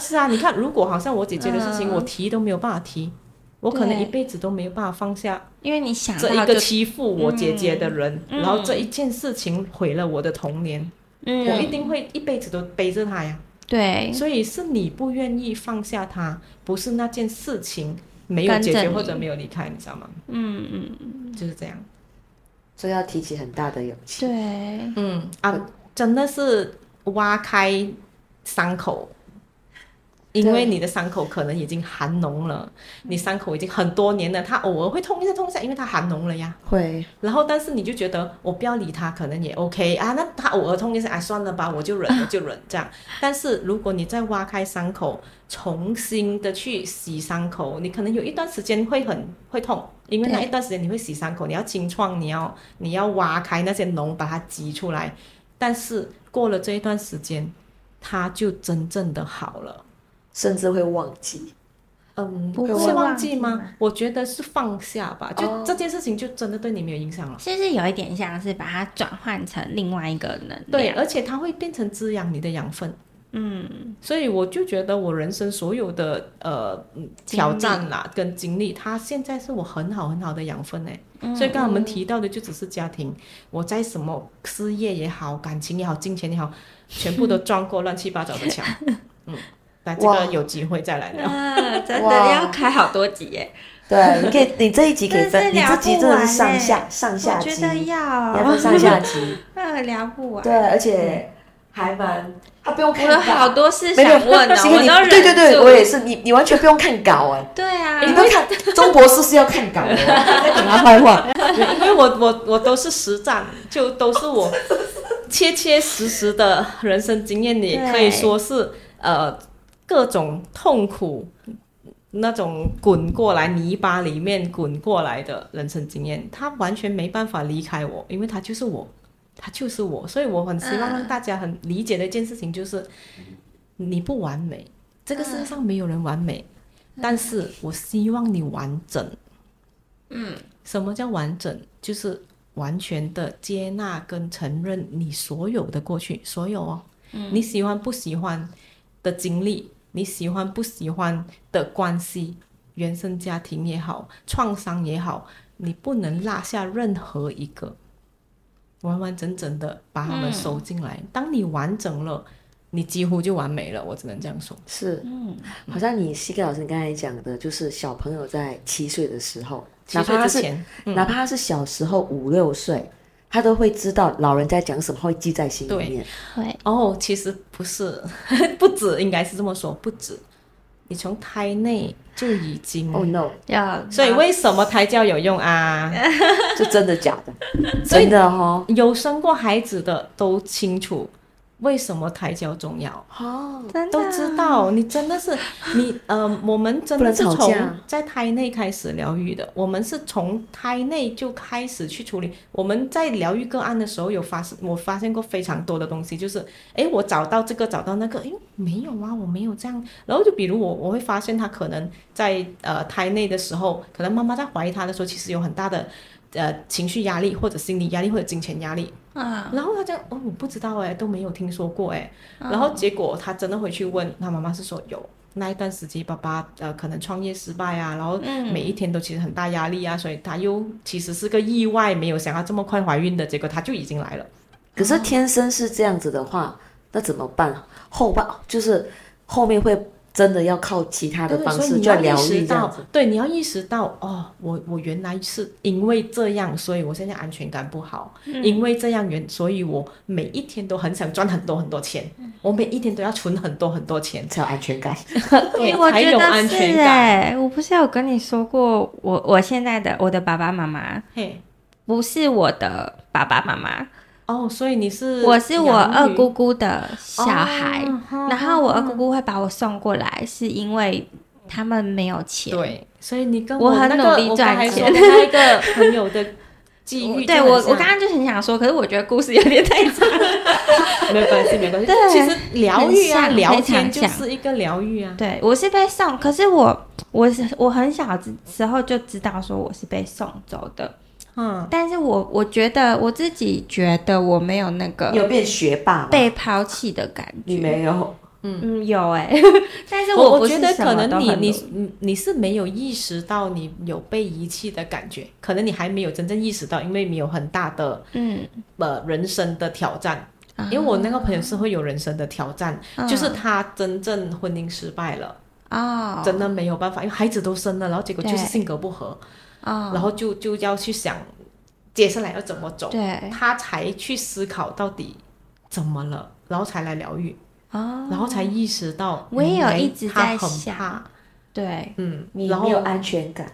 [SPEAKER 2] 是啊，你看，如果好像我姐姐的事情，
[SPEAKER 3] 啊
[SPEAKER 1] 嗯
[SPEAKER 2] 我提都没有办法提，我可能
[SPEAKER 1] 对
[SPEAKER 2] 一辈子都没有办法放下
[SPEAKER 1] 因为你想
[SPEAKER 2] 这
[SPEAKER 1] 到
[SPEAKER 2] 一
[SPEAKER 1] 就
[SPEAKER 2] 个欺负我姐姐的人，
[SPEAKER 1] 嗯
[SPEAKER 2] 然后这一件事情毁了我的童年，我一
[SPEAKER 1] 嗯，
[SPEAKER 2] 定会一辈子都背着她呀。
[SPEAKER 1] 对，
[SPEAKER 2] 所以是你不愿意放下她，不是那件事情没有解
[SPEAKER 1] 跟着
[SPEAKER 2] 决
[SPEAKER 1] 你
[SPEAKER 2] 或者没有离开，你知道吗？
[SPEAKER 1] 嗯嗯，
[SPEAKER 2] 就是这样。
[SPEAKER 3] 所以要提起很大的勇气。
[SPEAKER 1] 对，
[SPEAKER 2] 嗯啊，真的是挖开伤口，因为你的伤口可能已经含脓了，你伤口已经很多年了，它偶尔会痛一下痛一下，因为它含脓了呀。
[SPEAKER 3] 会，
[SPEAKER 2] 然后，但是你就觉得我不要理它，可能也 OK 啊。那它偶尔痛一下，哎，算了吧，我就忍，我就忍这样。但是如果你再挖开伤口，重新的去洗伤口，你可能有一段时间会很会痛，因为那
[SPEAKER 1] 对
[SPEAKER 2] 一段时间你会洗伤口，你要清创，你要你要挖开那些脓，把它挤出来。但是过了这一段时间，它就真正的好了。
[SPEAKER 3] 甚至会忘记。
[SPEAKER 2] 嗯，
[SPEAKER 1] 不
[SPEAKER 3] 会
[SPEAKER 2] 是
[SPEAKER 1] 忘
[SPEAKER 2] 忘
[SPEAKER 1] 记
[SPEAKER 2] 记吗
[SPEAKER 1] 吗？
[SPEAKER 2] 我觉得是放下吧，就、
[SPEAKER 3] 哦
[SPEAKER 2] 这件事情就真的对你没有影响了。
[SPEAKER 1] 其实有一点像是把它转换成另外一个能量。
[SPEAKER 2] 对，而且它会变成滋养你的养分，
[SPEAKER 1] 嗯，
[SPEAKER 2] 所以我就觉得我人生所有的呃嗯
[SPEAKER 1] 经历
[SPEAKER 2] 挑战啦跟经历，它现在是我很好很好的养分哎。
[SPEAKER 1] 嗯
[SPEAKER 2] 所以刚刚我们提到的就只是家庭，我在什么事业也好、感情也好、金钱也好，全部都撞过乱七八糟 的墙。嗯，那这
[SPEAKER 3] 哇
[SPEAKER 2] 个有机会再来聊。
[SPEAKER 1] 啊，真的
[SPEAKER 3] 哇
[SPEAKER 1] 要开好多集耶！
[SPEAKER 3] 对，你可以，你这一集可以分，
[SPEAKER 1] 真的
[SPEAKER 3] 你
[SPEAKER 1] 是
[SPEAKER 3] 这集真的是上
[SPEAKER 1] 聊不完哎
[SPEAKER 3] 下上下
[SPEAKER 1] 我
[SPEAKER 3] 集
[SPEAKER 1] 觉，得
[SPEAKER 3] 你
[SPEAKER 1] 要啊
[SPEAKER 3] 要分上 下集。
[SPEAKER 1] 呃聊不完，
[SPEAKER 3] 对，而且还蛮，他不用
[SPEAKER 1] 我有
[SPEAKER 3] 看
[SPEAKER 1] 好
[SPEAKER 3] 稿，
[SPEAKER 1] 多事
[SPEAKER 3] 没有
[SPEAKER 1] 想 问呢，哦
[SPEAKER 3] 其实
[SPEAKER 1] 我
[SPEAKER 3] 你
[SPEAKER 1] 都忍
[SPEAKER 3] 对对对，
[SPEAKER 1] 住
[SPEAKER 3] 我也是，你你完全不用看稿哎。
[SPEAKER 1] 对啊，
[SPEAKER 2] 嗯
[SPEAKER 3] 你都看中博士是要看 稿的，哦在讲他坏话。
[SPEAKER 2] 因为我我我都是实战，就都是我切切实实的人生经验，也可以说是呃各种痛苦那种滚过来泥巴里面滚过来的人生经验，它完全没办法离开我，因为它就是我，它就是我，所以我很希望让大家很理解的一件事情就是，你不完美，这个世界上没有人完美，但是我希望你完整。什么叫完整？就是完全的接纳跟承认你所有的过去，所有哦，
[SPEAKER 3] 嗯
[SPEAKER 2] 你喜欢不喜欢的经历，你喜欢不喜欢的关系，原生家庭也好，创伤也好，你不能落下任何一个，完完整整的把它们
[SPEAKER 1] 嗯
[SPEAKER 2] 收进来。当你完整了，你几乎就完美了，我只能这样说。
[SPEAKER 3] 是，
[SPEAKER 1] 嗯，
[SPEAKER 3] 好像你西盖老师你刚才讲的，就是小朋友在七岁的时候，哪
[SPEAKER 2] 七
[SPEAKER 3] 怕他
[SPEAKER 2] 岁
[SPEAKER 3] 是
[SPEAKER 2] 之前，嗯
[SPEAKER 3] 哪怕他是小时候五六岁，他都会知道老人在讲什么，会记在心里
[SPEAKER 2] 对
[SPEAKER 3] 面。
[SPEAKER 1] 会
[SPEAKER 2] 哦，其实不是， 不止，应该是这么说，不止。你从胎内就已经，
[SPEAKER 3] Oh no，
[SPEAKER 1] 要，
[SPEAKER 2] 所以为什么胎教有用啊？
[SPEAKER 3] 是真的假的？
[SPEAKER 2] 所以
[SPEAKER 3] 真的哦。
[SPEAKER 2] 有生过孩子的都清楚为什么胎教重要，
[SPEAKER 3] 哦，
[SPEAKER 1] 真的
[SPEAKER 2] 都知道。你真的是你呃，我们真的是
[SPEAKER 3] 不能吵
[SPEAKER 2] 从
[SPEAKER 3] 架
[SPEAKER 2] 在胎内开始疗愈的，我们是从胎内就开始去处理。我们在疗愈个案的时候，有发生我发现过非常多的东西，就是诶，我找到这个，找到那个，诶，没有啊，我没有这样。然后就比如我，我会发现他可能在呃胎内的时候，可能妈妈在怀疑他的时候，其实有很大的。呃，情绪压力或者心理压力或者金钱压力，
[SPEAKER 1] 嗯，
[SPEAKER 2] 然后他讲哦，我不知道哎，都没有听说过哎。
[SPEAKER 1] 嗯
[SPEAKER 2] 然后结果他真的回去问他妈妈是说有那一段时期，爸爸呃可能创业失败啊，然后
[SPEAKER 1] 嗯
[SPEAKER 2] 每一天都其实很大压力啊，所以他又其实是个意外，没有想到这么快怀孕的，结果他就已经来了。
[SPEAKER 3] 可是天生是这样子的话，那怎么办？后半就是后面会真的要靠其他的
[SPEAKER 2] 对，
[SPEAKER 3] 方
[SPEAKER 2] 所以
[SPEAKER 3] 式，
[SPEAKER 2] 你
[SPEAKER 3] 就
[SPEAKER 2] 要
[SPEAKER 3] 疗
[SPEAKER 2] 意识
[SPEAKER 3] 愈这样
[SPEAKER 2] 到
[SPEAKER 3] 子。，
[SPEAKER 2] 对，你要意识到哦，我我原来是因为这样，所以我现在安全感不好，因为这样原，所以我每一天都很想赚很多很多钱，我每一天都要存很多很多钱，
[SPEAKER 3] 才有安全感，
[SPEAKER 1] 哎
[SPEAKER 2] 对，
[SPEAKER 1] 我
[SPEAKER 2] 才
[SPEAKER 1] 觉
[SPEAKER 2] 有
[SPEAKER 1] 得
[SPEAKER 2] 安
[SPEAKER 1] 是
[SPEAKER 2] 全感。
[SPEAKER 1] 哎，我不是有跟你说过，我我现在的我的爸爸妈妈
[SPEAKER 2] 嘿，
[SPEAKER 1] 不是我的爸爸妈妈，
[SPEAKER 2] 哦，所以你是
[SPEAKER 1] 我是我
[SPEAKER 2] 养女
[SPEAKER 1] 二姑姑的小孩，
[SPEAKER 2] 哦
[SPEAKER 1] 然后我二姑姑会把我送过来，是因为他们没有钱。
[SPEAKER 2] 对，所以你跟
[SPEAKER 1] 我很
[SPEAKER 2] 那个
[SPEAKER 1] 努力
[SPEAKER 2] 我
[SPEAKER 1] 赚
[SPEAKER 2] 刚才说
[SPEAKER 1] 钱
[SPEAKER 2] 的那一个朋友的际
[SPEAKER 1] 我
[SPEAKER 2] 遇，
[SPEAKER 1] 对
[SPEAKER 2] 就
[SPEAKER 1] 我，
[SPEAKER 2] 很
[SPEAKER 1] 我
[SPEAKER 2] 像
[SPEAKER 1] 刚刚就很想说，可是我觉得故事有点太长。
[SPEAKER 2] 没有关系，没有关系。
[SPEAKER 1] 对
[SPEAKER 2] 其实疗愈啊，
[SPEAKER 1] 很像
[SPEAKER 2] 聊
[SPEAKER 1] 非常
[SPEAKER 2] 天就
[SPEAKER 1] 像
[SPEAKER 2] 是一个疗愈啊。
[SPEAKER 1] 对我是被送，可是我我是我很小之时候就知道说我是被送走的，
[SPEAKER 2] 嗯，
[SPEAKER 1] 但是我我觉得我自己觉得我没有那
[SPEAKER 2] 呃
[SPEAKER 3] 你
[SPEAKER 1] 个
[SPEAKER 3] 有变学霸吗？
[SPEAKER 1] 被抛弃的感
[SPEAKER 3] 你
[SPEAKER 1] 觉。
[SPEAKER 3] 没有，
[SPEAKER 1] 嗯，有哎、 但是
[SPEAKER 2] 我
[SPEAKER 1] 不是
[SPEAKER 2] 觉得
[SPEAKER 1] 什
[SPEAKER 2] 可
[SPEAKER 1] 么都
[SPEAKER 2] 能你
[SPEAKER 1] 很努
[SPEAKER 2] 你
[SPEAKER 1] 力
[SPEAKER 2] 你你是没有意识到你有被遗弃的感觉，可能你还没有真正意识到，因为你有很大的
[SPEAKER 1] 嗯，
[SPEAKER 2] 呃人生的挑战。
[SPEAKER 1] 啊
[SPEAKER 2] 因为我那个朋友是会有人生的挑战，
[SPEAKER 1] 嗯
[SPEAKER 2] 就是他真正婚姻失败了，
[SPEAKER 1] 哦，
[SPEAKER 2] 真的没有办法，因为孩子都生了，然后结果就是
[SPEAKER 1] 对
[SPEAKER 2] 性格不合，
[SPEAKER 1] 哦，
[SPEAKER 2] 然后就就要去想接下来要怎么走，
[SPEAKER 1] 对
[SPEAKER 2] 他才去思考到底怎么了，然后才来疗愈，
[SPEAKER 1] 哦，
[SPEAKER 2] 然后才意识到
[SPEAKER 1] 我也有
[SPEAKER 2] 原来
[SPEAKER 1] 一直
[SPEAKER 2] 他
[SPEAKER 1] 在
[SPEAKER 2] 很
[SPEAKER 1] 想
[SPEAKER 2] 怕
[SPEAKER 1] 对
[SPEAKER 2] 嗯，
[SPEAKER 3] 你
[SPEAKER 2] 然后
[SPEAKER 3] 没有安全感。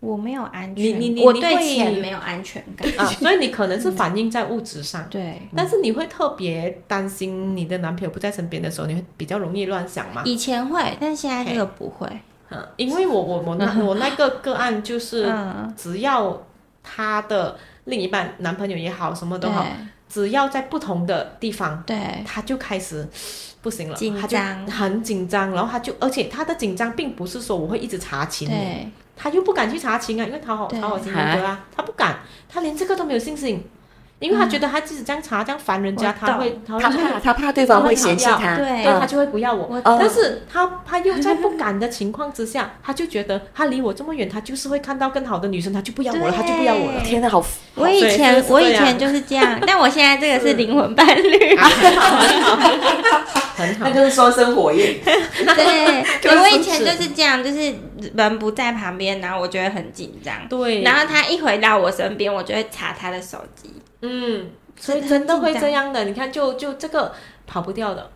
[SPEAKER 1] 我没有安
[SPEAKER 2] 你
[SPEAKER 1] 全，
[SPEAKER 2] 你你
[SPEAKER 1] 我
[SPEAKER 2] 你
[SPEAKER 1] 对
[SPEAKER 2] 会
[SPEAKER 1] 钱没有安全感，
[SPEAKER 2] 啊，所以你可能是反映在物质上，
[SPEAKER 1] 对。
[SPEAKER 2] 但是你会特别担心你的男朋友不在身边的时候，你会比较容易乱想嘛？
[SPEAKER 1] 以前会，但现在这个不会。
[SPEAKER 2] 嗯，因为我我我那我那个个案就是，
[SPEAKER 1] 嗯，
[SPEAKER 2] 只要他的另一半男朋友也好，什么都好，只要在不同的地方，
[SPEAKER 1] 对，
[SPEAKER 2] 他就开始不行了，
[SPEAKER 1] 紧
[SPEAKER 2] 他就
[SPEAKER 1] 张
[SPEAKER 2] 很紧张，然后他就，而且他的紧张并不是说我会一直查
[SPEAKER 1] 对
[SPEAKER 2] 勤你，
[SPEAKER 1] 对，
[SPEAKER 2] 他又不敢去查勤啊，因为讨好
[SPEAKER 1] 对
[SPEAKER 2] 讨好型人格啊，他不敢，他连这个都没有信心，因为他觉得他即使这样查这样烦人家，
[SPEAKER 1] 我懂
[SPEAKER 2] 他会他
[SPEAKER 3] 他
[SPEAKER 2] 会
[SPEAKER 3] 怕，他怕对方会嫌弃他，嗯
[SPEAKER 1] 对
[SPEAKER 2] 对他就会不要我。
[SPEAKER 1] 我
[SPEAKER 3] 哦
[SPEAKER 2] 但是他他又在不敢的情况之下，他就觉得他离我这么远，他就是会看到更好的女生，他就不要我了，
[SPEAKER 1] 对
[SPEAKER 2] 他就不要我了。
[SPEAKER 3] 天哪，好
[SPEAKER 1] 我以
[SPEAKER 2] 所以
[SPEAKER 1] 前
[SPEAKER 2] 就是
[SPEAKER 1] 我
[SPEAKER 2] 这
[SPEAKER 1] 以
[SPEAKER 2] 样
[SPEAKER 1] 前就是这 样，但我现在这个是灵魂伴侣。
[SPEAKER 2] 啊 很好
[SPEAKER 3] 那，就是双生火焰。
[SPEAKER 1] 对，
[SPEAKER 2] 就是
[SPEAKER 1] 对我以前
[SPEAKER 2] 是
[SPEAKER 1] 就是这样，就是人不在旁边，然后我就会很紧张。
[SPEAKER 2] 对，
[SPEAKER 1] 然后他一回到我身边，我就会查他的手机。
[SPEAKER 2] 嗯，所
[SPEAKER 1] 真的
[SPEAKER 2] 以真的
[SPEAKER 1] 很
[SPEAKER 2] 会
[SPEAKER 1] 紧
[SPEAKER 2] 这样的。你看，就就这个跑不掉的，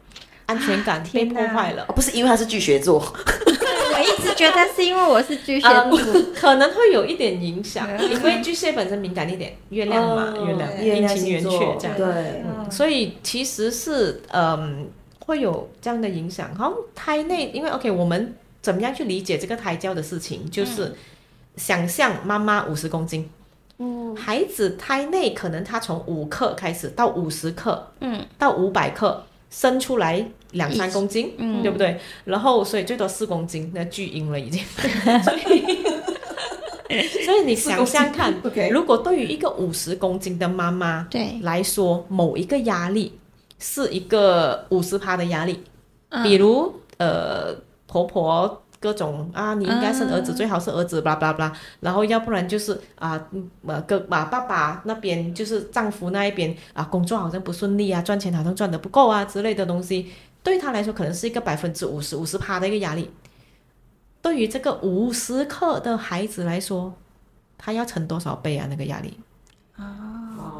[SPEAKER 2] 安全感被
[SPEAKER 1] 天
[SPEAKER 2] 破
[SPEAKER 1] 哪
[SPEAKER 2] 坏了。
[SPEAKER 3] 哦不是因为他是巨蟹座，
[SPEAKER 1] 我一直觉得是因为我是巨蟹
[SPEAKER 2] 嗯
[SPEAKER 1] 座，
[SPEAKER 2] 可能会有一点影响，
[SPEAKER 1] 嗯
[SPEAKER 2] 因为巨蟹本身敏感一点，月亮嘛，
[SPEAKER 3] 哦
[SPEAKER 2] 月亮
[SPEAKER 1] 对
[SPEAKER 2] 阴
[SPEAKER 3] 月亮
[SPEAKER 2] 晴圆
[SPEAKER 3] 星
[SPEAKER 2] 缺
[SPEAKER 3] 座
[SPEAKER 2] 这样，
[SPEAKER 3] 对，
[SPEAKER 1] 嗯
[SPEAKER 2] 所以其实是嗯会有这样的影响。然后胎内，因为 OK，我们怎么样去理解这个胎教的事情，
[SPEAKER 1] 嗯
[SPEAKER 2] 就是想象妈妈五十公斤，
[SPEAKER 3] 嗯，
[SPEAKER 2] 孩子胎内可能他从五克开始到五十克
[SPEAKER 1] 嗯
[SPEAKER 2] 到五百克生出来两三
[SPEAKER 1] 一
[SPEAKER 2] 公斤，
[SPEAKER 1] 嗯，
[SPEAKER 2] 对不对？然后所以最多四公斤，那巨婴了已 经。所以，所以你想想 看，
[SPEAKER 3] ，OK，
[SPEAKER 2] 如果对于一个五十公斤的妈妈
[SPEAKER 1] 对，
[SPEAKER 2] 来说，某一个压力是一个五十趴的压力，
[SPEAKER 1] 嗯
[SPEAKER 2] 比如呃婆婆各种啊，你应该生儿子、最好是儿子，巴拉巴拉巴拉，然后要不然就是啊嗯呃哥啊爸爸那边就是丈夫那一边啊工作好像不顺利啊，赚钱好像赚的不够啊之类的东西，对他来说可能是一个百分之五十五十趴的一个压力。对于这个五十克的孩子来说，他要乘多少倍啊？那个压力，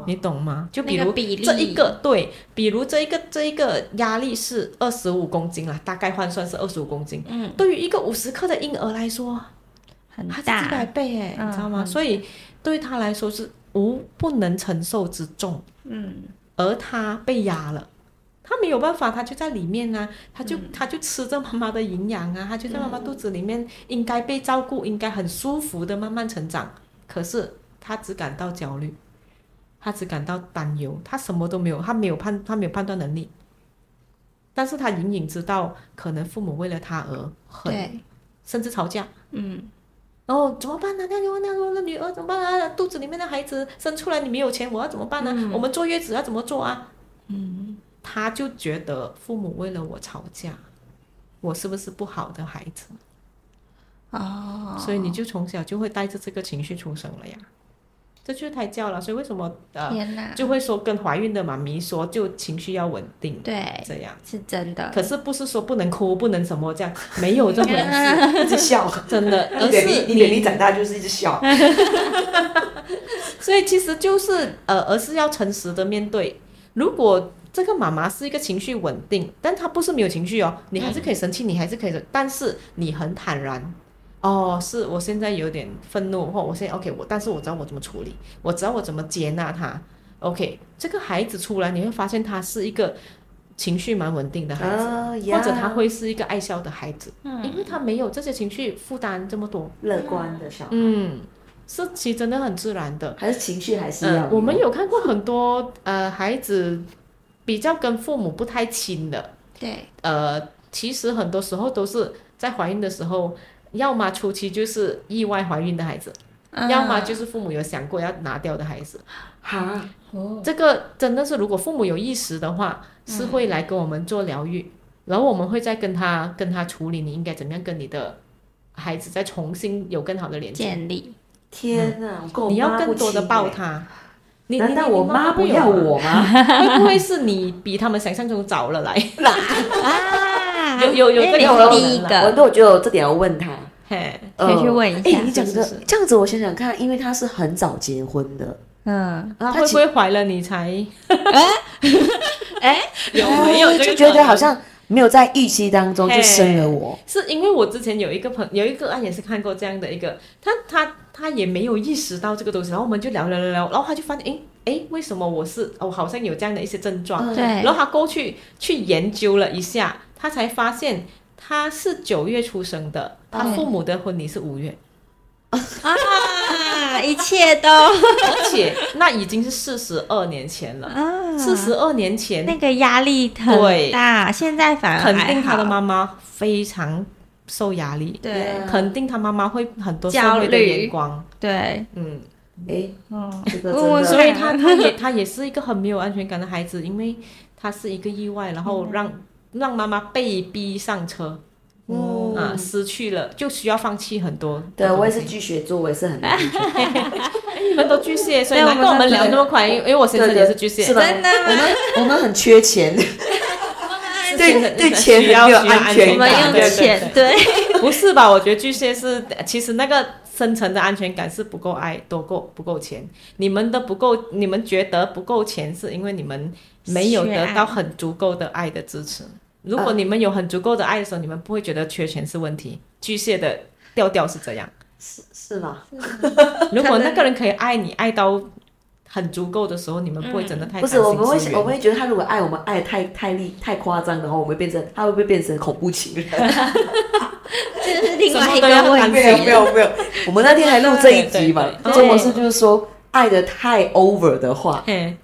[SPEAKER 2] 你懂吗？就比
[SPEAKER 1] 那
[SPEAKER 2] 如
[SPEAKER 1] 个比例
[SPEAKER 2] 这一个对，比如这一个这一个压力是二十五公斤啦，大概换算是二十五公斤。
[SPEAKER 1] 嗯
[SPEAKER 2] 对于一个五十克的婴儿来说，
[SPEAKER 1] 很
[SPEAKER 2] 它是几百
[SPEAKER 1] 大，
[SPEAKER 2] 倍哎、
[SPEAKER 1] 嗯
[SPEAKER 2] 你知道
[SPEAKER 1] 很
[SPEAKER 2] 吗？
[SPEAKER 1] 大
[SPEAKER 2] 所以对他来说是无不能承受之重，
[SPEAKER 1] 嗯
[SPEAKER 2] 而他被压了。他没有办法，他就在里面啊，他
[SPEAKER 1] 嗯
[SPEAKER 2] 就、他就吃着妈妈的营养啊，他就在妈妈肚子里面，应该被照顾，应该很舒服的慢慢成长。可是他只感到焦虑，他只感到担忧，他什么都没有，他没有判，他没有判断能力。但是他隐隐知道，可能父母为了他而恨，
[SPEAKER 1] 对，
[SPEAKER 2] 甚至吵架。
[SPEAKER 1] 嗯
[SPEAKER 2] 然后怎么办呢、那那那我的女儿怎么办啊？肚子里面的孩子生出来，你没有钱，我要怎么办呢、
[SPEAKER 1] 嗯
[SPEAKER 2] 我们坐月子要怎么做啊？
[SPEAKER 1] 嗯
[SPEAKER 2] 他就觉得父母为了我吵架，我是不是不好的孩子？
[SPEAKER 1] 哦，
[SPEAKER 2] 所以你就从小就会带着这个情绪出生了呀，这就是胎教了。所以为什么呃
[SPEAKER 1] 天啊哪，
[SPEAKER 2] 就会说跟怀孕的妈咪说，就情绪要稳定
[SPEAKER 1] 对，
[SPEAKER 2] 这样。
[SPEAKER 1] 是真的，
[SPEAKER 2] 可是不是说不能哭，不能什么这样，没有 这回事，
[SPEAKER 3] 一 直笑，
[SPEAKER 2] 真的，而
[SPEAKER 3] 你
[SPEAKER 2] 是
[SPEAKER 3] 脸你 嗯脸一长大就是一直笑，
[SPEAKER 2] 所以其实就是呃，而是要诚实的面对。如果这个妈妈是一个情绪稳定，但她不是没有情绪哦，你还是可以生气，你还是可以，但是你很坦然。哦，是我现在有点愤怒，或我现在 OK，我但是我知道我怎么处理，我知道我怎么接纳他。OK，这个孩子出来，你会发现他是一个情绪蛮稳定的孩子，
[SPEAKER 3] 啊呀
[SPEAKER 2] 或者他会是一个爱笑的孩子，因
[SPEAKER 1] 嗯
[SPEAKER 2] 为他没有这些情绪负担这么多。
[SPEAKER 3] 乐观的笑，
[SPEAKER 2] 嗯，是其实真的很自然的。
[SPEAKER 3] 还是情绪还是
[SPEAKER 2] 呃
[SPEAKER 3] 要，
[SPEAKER 2] 我们有看过很多呃孩子比较跟父母不太亲的，
[SPEAKER 1] 对，
[SPEAKER 2] 呃，其实很多时候都是在怀孕的时候，要么初期就是意外怀孕的孩子，
[SPEAKER 1] 啊
[SPEAKER 2] 要么
[SPEAKER 1] 嗯
[SPEAKER 2] 就是父母有想过要拿掉的孩子。
[SPEAKER 3] 哈，
[SPEAKER 1] 哦，
[SPEAKER 2] 这个真的是，如果父母有意识的话，是会来跟我们做疗愈，然后我们会再跟他跟他处理，你应该怎么样跟你的孩子再重新有更好的连接。
[SPEAKER 1] 建立
[SPEAKER 3] 天哪，我跟
[SPEAKER 2] 嗯
[SPEAKER 3] 我
[SPEAKER 2] 你要
[SPEAKER 3] 妈不
[SPEAKER 2] 更多的
[SPEAKER 3] 亲
[SPEAKER 2] 抱
[SPEAKER 3] 欸。
[SPEAKER 2] 他。你
[SPEAKER 3] 难道我妈不要？我吗？
[SPEAKER 2] 你你你妈会有吗会不会是你比他们想象中早了来？
[SPEAKER 1] 啊
[SPEAKER 2] 有有有
[SPEAKER 1] 因为
[SPEAKER 2] 这个
[SPEAKER 1] 你
[SPEAKER 2] 可能
[SPEAKER 1] 是第一
[SPEAKER 2] 啦
[SPEAKER 3] 我
[SPEAKER 1] 个，
[SPEAKER 3] 都我觉得我这点要问他，
[SPEAKER 2] 嘿，
[SPEAKER 1] 可以去问一
[SPEAKER 3] 哎、
[SPEAKER 1] 下
[SPEAKER 3] 你讲的
[SPEAKER 2] 是是是
[SPEAKER 3] 这样子，我想想看，因为他是很早结婚的，
[SPEAKER 1] 嗯，
[SPEAKER 2] 啊，
[SPEAKER 3] 他
[SPEAKER 2] 会
[SPEAKER 3] 其
[SPEAKER 2] 不会怀了你才？
[SPEAKER 1] 哎，
[SPEAKER 2] 有没有
[SPEAKER 3] 哎
[SPEAKER 2] 这个
[SPEAKER 3] 就
[SPEAKER 2] 可
[SPEAKER 3] 觉得
[SPEAKER 2] 能
[SPEAKER 3] 好像没有在预期当中就
[SPEAKER 2] 嘿
[SPEAKER 3] 生了我，
[SPEAKER 2] 是因为我之前有一个朋有一个案也是看过这样的一个，他他他也没有意识到这个东西，然后我们就聊聊聊聊，然后他就发现，诶诶，为什么我是我好像有这样的一些症状？
[SPEAKER 3] 嗯
[SPEAKER 1] 对
[SPEAKER 2] 然后他过去去研究了一下，他才发现他是九月出生的，他
[SPEAKER 1] 嗯
[SPEAKER 2] 父母的婚礼是五月，
[SPEAKER 1] 啊，一切都
[SPEAKER 2] 而且那已经是四十二年前了，
[SPEAKER 1] 啊，
[SPEAKER 2] 四十二年前
[SPEAKER 1] 那个压力很
[SPEAKER 2] 对
[SPEAKER 1] 大，现在反而
[SPEAKER 2] 肯定他
[SPEAKER 1] 还
[SPEAKER 2] 的
[SPEAKER 1] 好
[SPEAKER 2] 妈妈非常受压力，
[SPEAKER 1] 对
[SPEAKER 3] 嗯
[SPEAKER 2] 肯定他妈妈会很多社会
[SPEAKER 1] 焦
[SPEAKER 2] 的
[SPEAKER 1] 虑
[SPEAKER 2] 眼光，
[SPEAKER 1] 对，
[SPEAKER 2] 嗯。
[SPEAKER 3] 哎、
[SPEAKER 1] 嗯，
[SPEAKER 3] 这个
[SPEAKER 1] 问问对
[SPEAKER 3] 真
[SPEAKER 2] 所
[SPEAKER 3] 的，
[SPEAKER 2] 以他他也他也是一个很没有安全感的孩子，因为他是一个意外，然后让、让妈妈被逼上车
[SPEAKER 3] 嗯
[SPEAKER 2] 啊，失去了就需要放弃很多。
[SPEAKER 3] 对我也是，巨蟹座，我也是很难理解
[SPEAKER 2] 你们都巨蟹，所以
[SPEAKER 1] 对
[SPEAKER 2] 难怪
[SPEAKER 1] 我
[SPEAKER 2] 我
[SPEAKER 1] 们
[SPEAKER 2] 们
[SPEAKER 1] 都
[SPEAKER 2] 聊那么快，因为因为我先生也是巨蟹，
[SPEAKER 3] 是吧？
[SPEAKER 1] 真的吗
[SPEAKER 3] 我们我们很缺钱，
[SPEAKER 2] 是
[SPEAKER 3] 对
[SPEAKER 2] 先生
[SPEAKER 3] 对
[SPEAKER 2] 是
[SPEAKER 3] 钱很
[SPEAKER 2] 需要
[SPEAKER 3] 有
[SPEAKER 2] 需要
[SPEAKER 1] 我
[SPEAKER 3] 安全
[SPEAKER 2] 全
[SPEAKER 1] 们
[SPEAKER 3] 感
[SPEAKER 2] 感，
[SPEAKER 1] 用
[SPEAKER 2] 对对
[SPEAKER 1] 钱对，
[SPEAKER 2] 对 不是吧？我觉得巨蟹是其实那个深层的安全感是不够爱，多够不够钱。你们的不够，你们觉得不够钱，是因为你们没有
[SPEAKER 1] 缺爱
[SPEAKER 2] 得到很足够的爱的支持。如果你们有很足够的爱的时候，你们不会觉得缺钱是问题。巨蟹的调调是这样。
[SPEAKER 3] 是是吗？
[SPEAKER 2] 如
[SPEAKER 1] 可
[SPEAKER 2] 果
[SPEAKER 1] 能
[SPEAKER 2] 那个人可以爱你，爱到很足够的时候，你们不会真的太
[SPEAKER 3] 嗯不是，
[SPEAKER 2] 担
[SPEAKER 3] 我
[SPEAKER 2] 心
[SPEAKER 3] 们会
[SPEAKER 2] 资
[SPEAKER 3] 想
[SPEAKER 2] 源
[SPEAKER 3] 我们会觉得他如果爱我们爱得太太厉太夸张的话，我们会变成他会不会变成恐怖情人？
[SPEAKER 1] 这是另外一
[SPEAKER 2] 什么都要
[SPEAKER 1] 个问
[SPEAKER 2] 谈
[SPEAKER 3] 没有没
[SPEAKER 1] 题。
[SPEAKER 3] 有没有，我们那天还录这一集嘛，
[SPEAKER 1] 对对对
[SPEAKER 3] 周博士就是说爱的太 over 的话
[SPEAKER 2] 嘿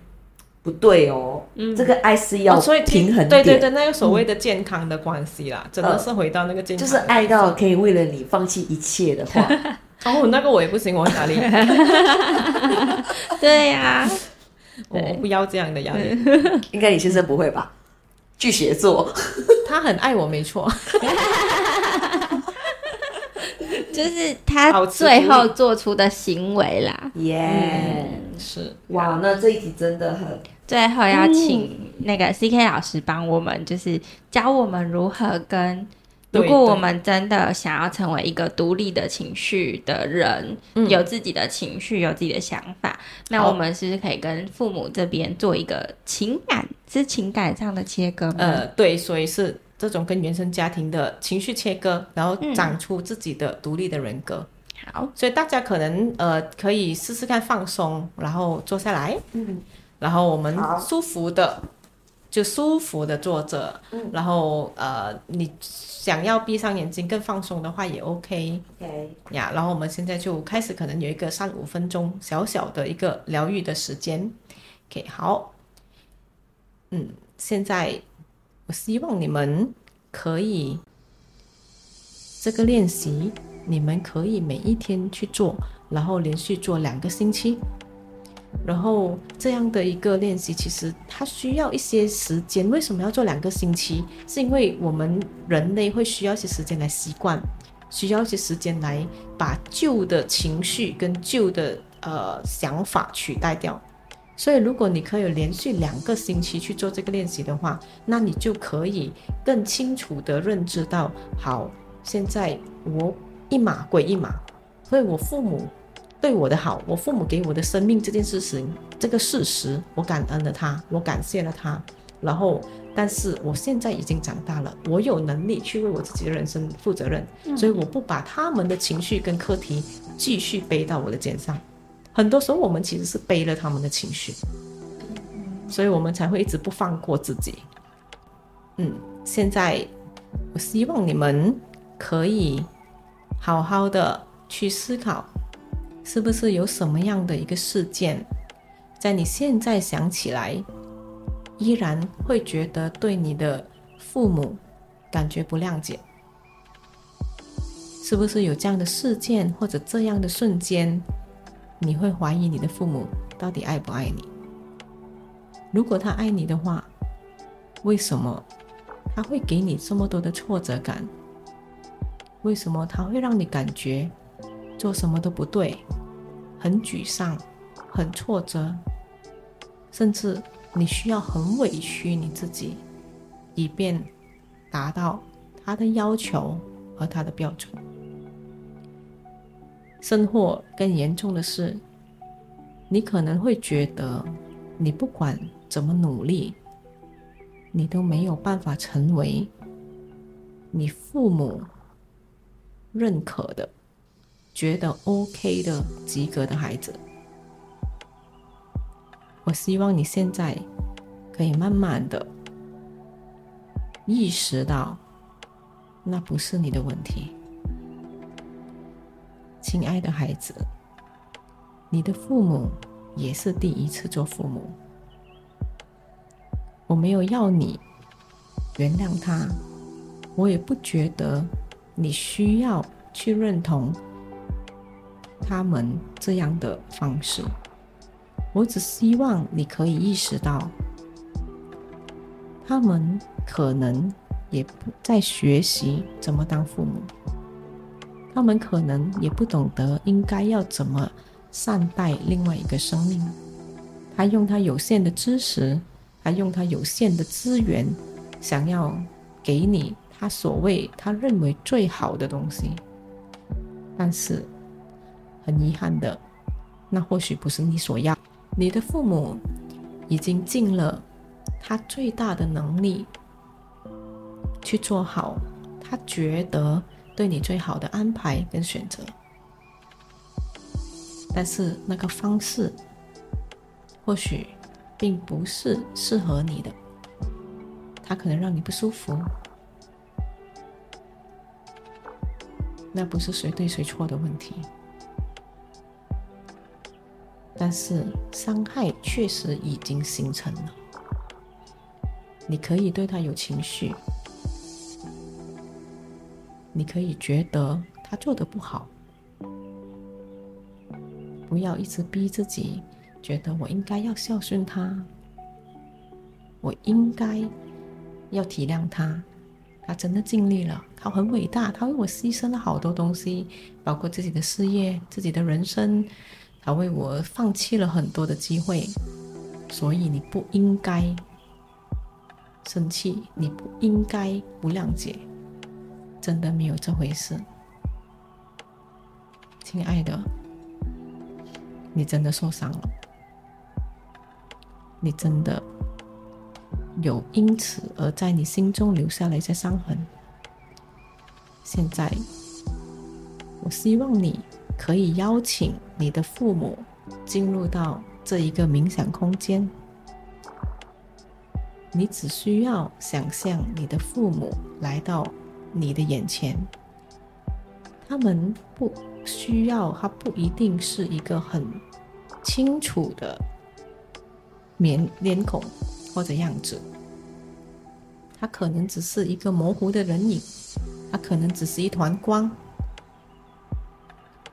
[SPEAKER 3] 不对哦，这个爱是
[SPEAKER 2] 哦
[SPEAKER 3] 要
[SPEAKER 2] 所以
[SPEAKER 3] 平衡
[SPEAKER 2] 对对
[SPEAKER 3] 点，嗯
[SPEAKER 2] 对，那个所谓的健康的关系啦，真的是回到那个健
[SPEAKER 3] 就
[SPEAKER 2] 康的关系，
[SPEAKER 3] 是爱到可以为了你放弃一切的 话，
[SPEAKER 2] 哦，那个我也不行，我 压力，
[SPEAKER 1] 对啊呀，
[SPEAKER 2] 我我不要这样的压力。
[SPEAKER 3] 应该你先生不会吧？巨蟹座，
[SPEAKER 2] 他很爱我，没 错，
[SPEAKER 1] 就是他
[SPEAKER 2] 好吃
[SPEAKER 1] 最
[SPEAKER 2] 苦
[SPEAKER 1] 后做出的行为啦。
[SPEAKER 2] 嗯
[SPEAKER 3] 耶！
[SPEAKER 2] 是
[SPEAKER 3] 哇，那这一集真的很
[SPEAKER 1] 最后要请那个 C K 老师帮我们，就是教我们如何跟。如
[SPEAKER 2] 对
[SPEAKER 1] 果我们真的想要成为一个独立的情绪的人，
[SPEAKER 2] 嗯
[SPEAKER 1] 有自己的情绪，有自己的想法，那
[SPEAKER 2] 好
[SPEAKER 1] 我们是不是可以跟父母这边做一个情感是情感上的切割吗？
[SPEAKER 2] 呃，对，所以是这种跟原生家庭的情绪切割，然后
[SPEAKER 3] 嗯
[SPEAKER 2] 长出自己的独立的人格。
[SPEAKER 1] 好，
[SPEAKER 2] 所以大家可能呃可以试试看放松，然后坐下来，
[SPEAKER 3] 嗯，
[SPEAKER 2] 然后我们
[SPEAKER 3] 好
[SPEAKER 2] 舒服的就舒服的坐着，
[SPEAKER 3] 嗯
[SPEAKER 2] 然后呃你想要闭上眼睛更放松的话也 OK
[SPEAKER 3] OK，
[SPEAKER 2] 呀。然后我们现在就开始，可能有一个三五分钟小小的一个疗愈的时间。OK，好，嗯，现在我希望你们可以这个练习，你们可以每一天去做，然后连续做两个星期。然后这样的一个练习，其实它需要一些时间。为什么要做两个星期？是因为我们人类会需要一些时间来习惯，需要一些时间来把旧的情绪跟旧的呃想法取代掉。所以，如果你可以连续两个星期去做这个练习的话，那你就可以更清楚地认知到，好，现在我一码归一码，所以我父母对我的好，我父母给我的生命这件事情，这个事实，我感恩了他，我感谢了他。然后，但是我现在已经长大了，我有能力去为我自己的人生负责任，所以我不把他们的情绪跟课题继续背到我的肩上。很多时候，我们其实是背了他们的情绪，所以我们才会一直不放过自己。嗯，现在我希望你们可以好好的去思考是不是有什么样的一个事件，在你现在想起来，依然会觉得对你的父母感觉不谅解？是不是有这样的事件或者这样的瞬间，你会怀疑你的父母到底爱不爱你。如果他爱你的话，为什么他会给你这么多的挫折感？为什么他会让你感觉做什么都不对，很沮丧，很挫折，甚至你需要很委屈你自己，以便达到他的要求和他的标准。甚或更严重的是，你可能会觉得，你不管怎么努力，你都没有办法成为你父母认可的、觉得 OK 的及格的孩子。我希望你现在可以慢慢的意识到，那不是你的问题。亲爱的孩子，你的父母也是第一次做父母。我没有要你原谅他，我也不觉得你需要去认同他们这样的方式。我只希望你可以意识到，他们可能也不在学习怎么当父母。他们可能也不懂得应该要怎么善待另外一个生命。他用他有限的知识，他用他有限的资源，想要给你他所谓他认为最好的东西。但是，很遗憾的，那或许不是你所要。你的父母已经尽了他最大的能力去做好他觉得对你最好的安排跟选择。但是那个方式或许并不是适合你的，它可能让你不舒服。那不是谁对谁错的问题，但是伤害确实已经形成了。你可以对他有情绪，你可以觉得他做的不好，不要一直逼自己，觉得我应该要孝顺他，我应该要体谅他，他真的尽力了，他很伟大，他为我牺牲了好多东西，包括自己的事业、自己的人生，他为我放弃了很多的机会，所以你不应该生气，你不应该不谅解。真的没有这回事。亲爱的，你真的受伤了，你真的有因此而在你心中留下了一些伤痕。现在，我希望你可以邀请你的父母进入到这一个冥想空间。你只需要想象你的父母来到你的眼前，他们不需要，他不一定是一个很清楚的面脸孔或者样子，他可能只是一个模糊的人影，他可能只是一团光。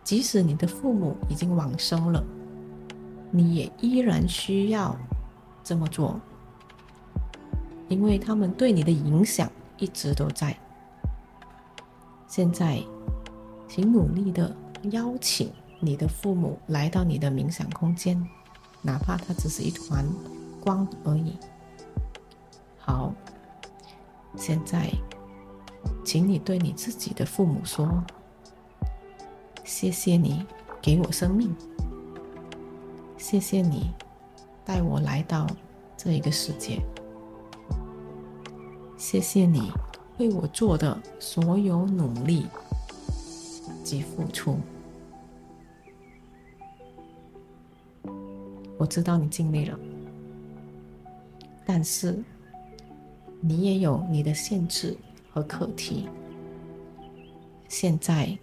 [SPEAKER 2] 即使你的父母已经往生了，你也依然需要这么做。因为他们对你的影响一直都在。现在，请努力的邀请你的父母来到你的冥想空间，哪怕它只是一团光而已。好，现在，请你对你自己的父母说：“谢谢你给我生命，谢谢你带我来到这一个世界。”谢谢你为我做的所有努力及付出。我知道你尽力了，但是你也有你的限制和课题。现在，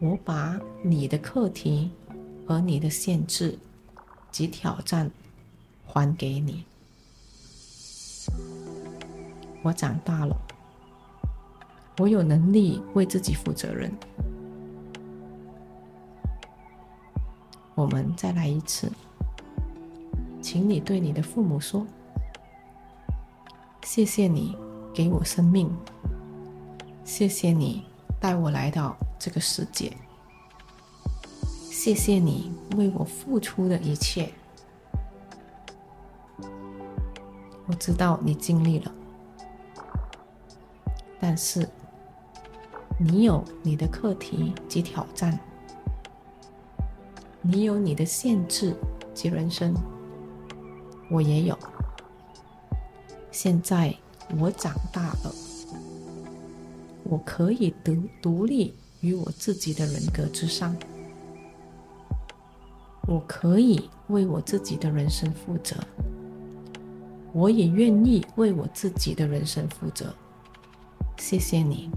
[SPEAKER 2] 我把你的课题和你的限制及挑战还给你。我长大了，我有能力为自己负责任。我们再来一次，请你对你的父母说：“谢谢你给我生命，谢谢你带我来到这个世界，谢谢你为我付出的一切。我知道你尽力了，但是你有你的课题及挑战。”你有你的限制及人生，我也有。现在我长大了，我可以独独立于我自己的人格之上，我可以为我自己的人生负责，我也愿意为我自己的人生负责。谢谢你，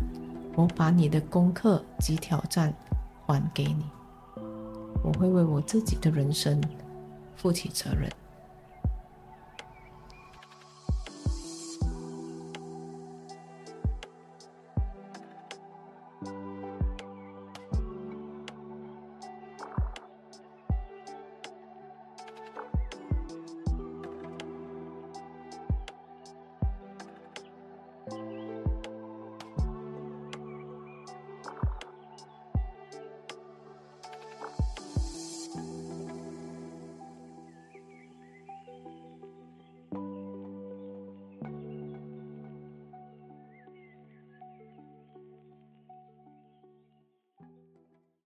[SPEAKER 2] 我把你的功课及挑战还给你。我会为我自己的人生负起责任。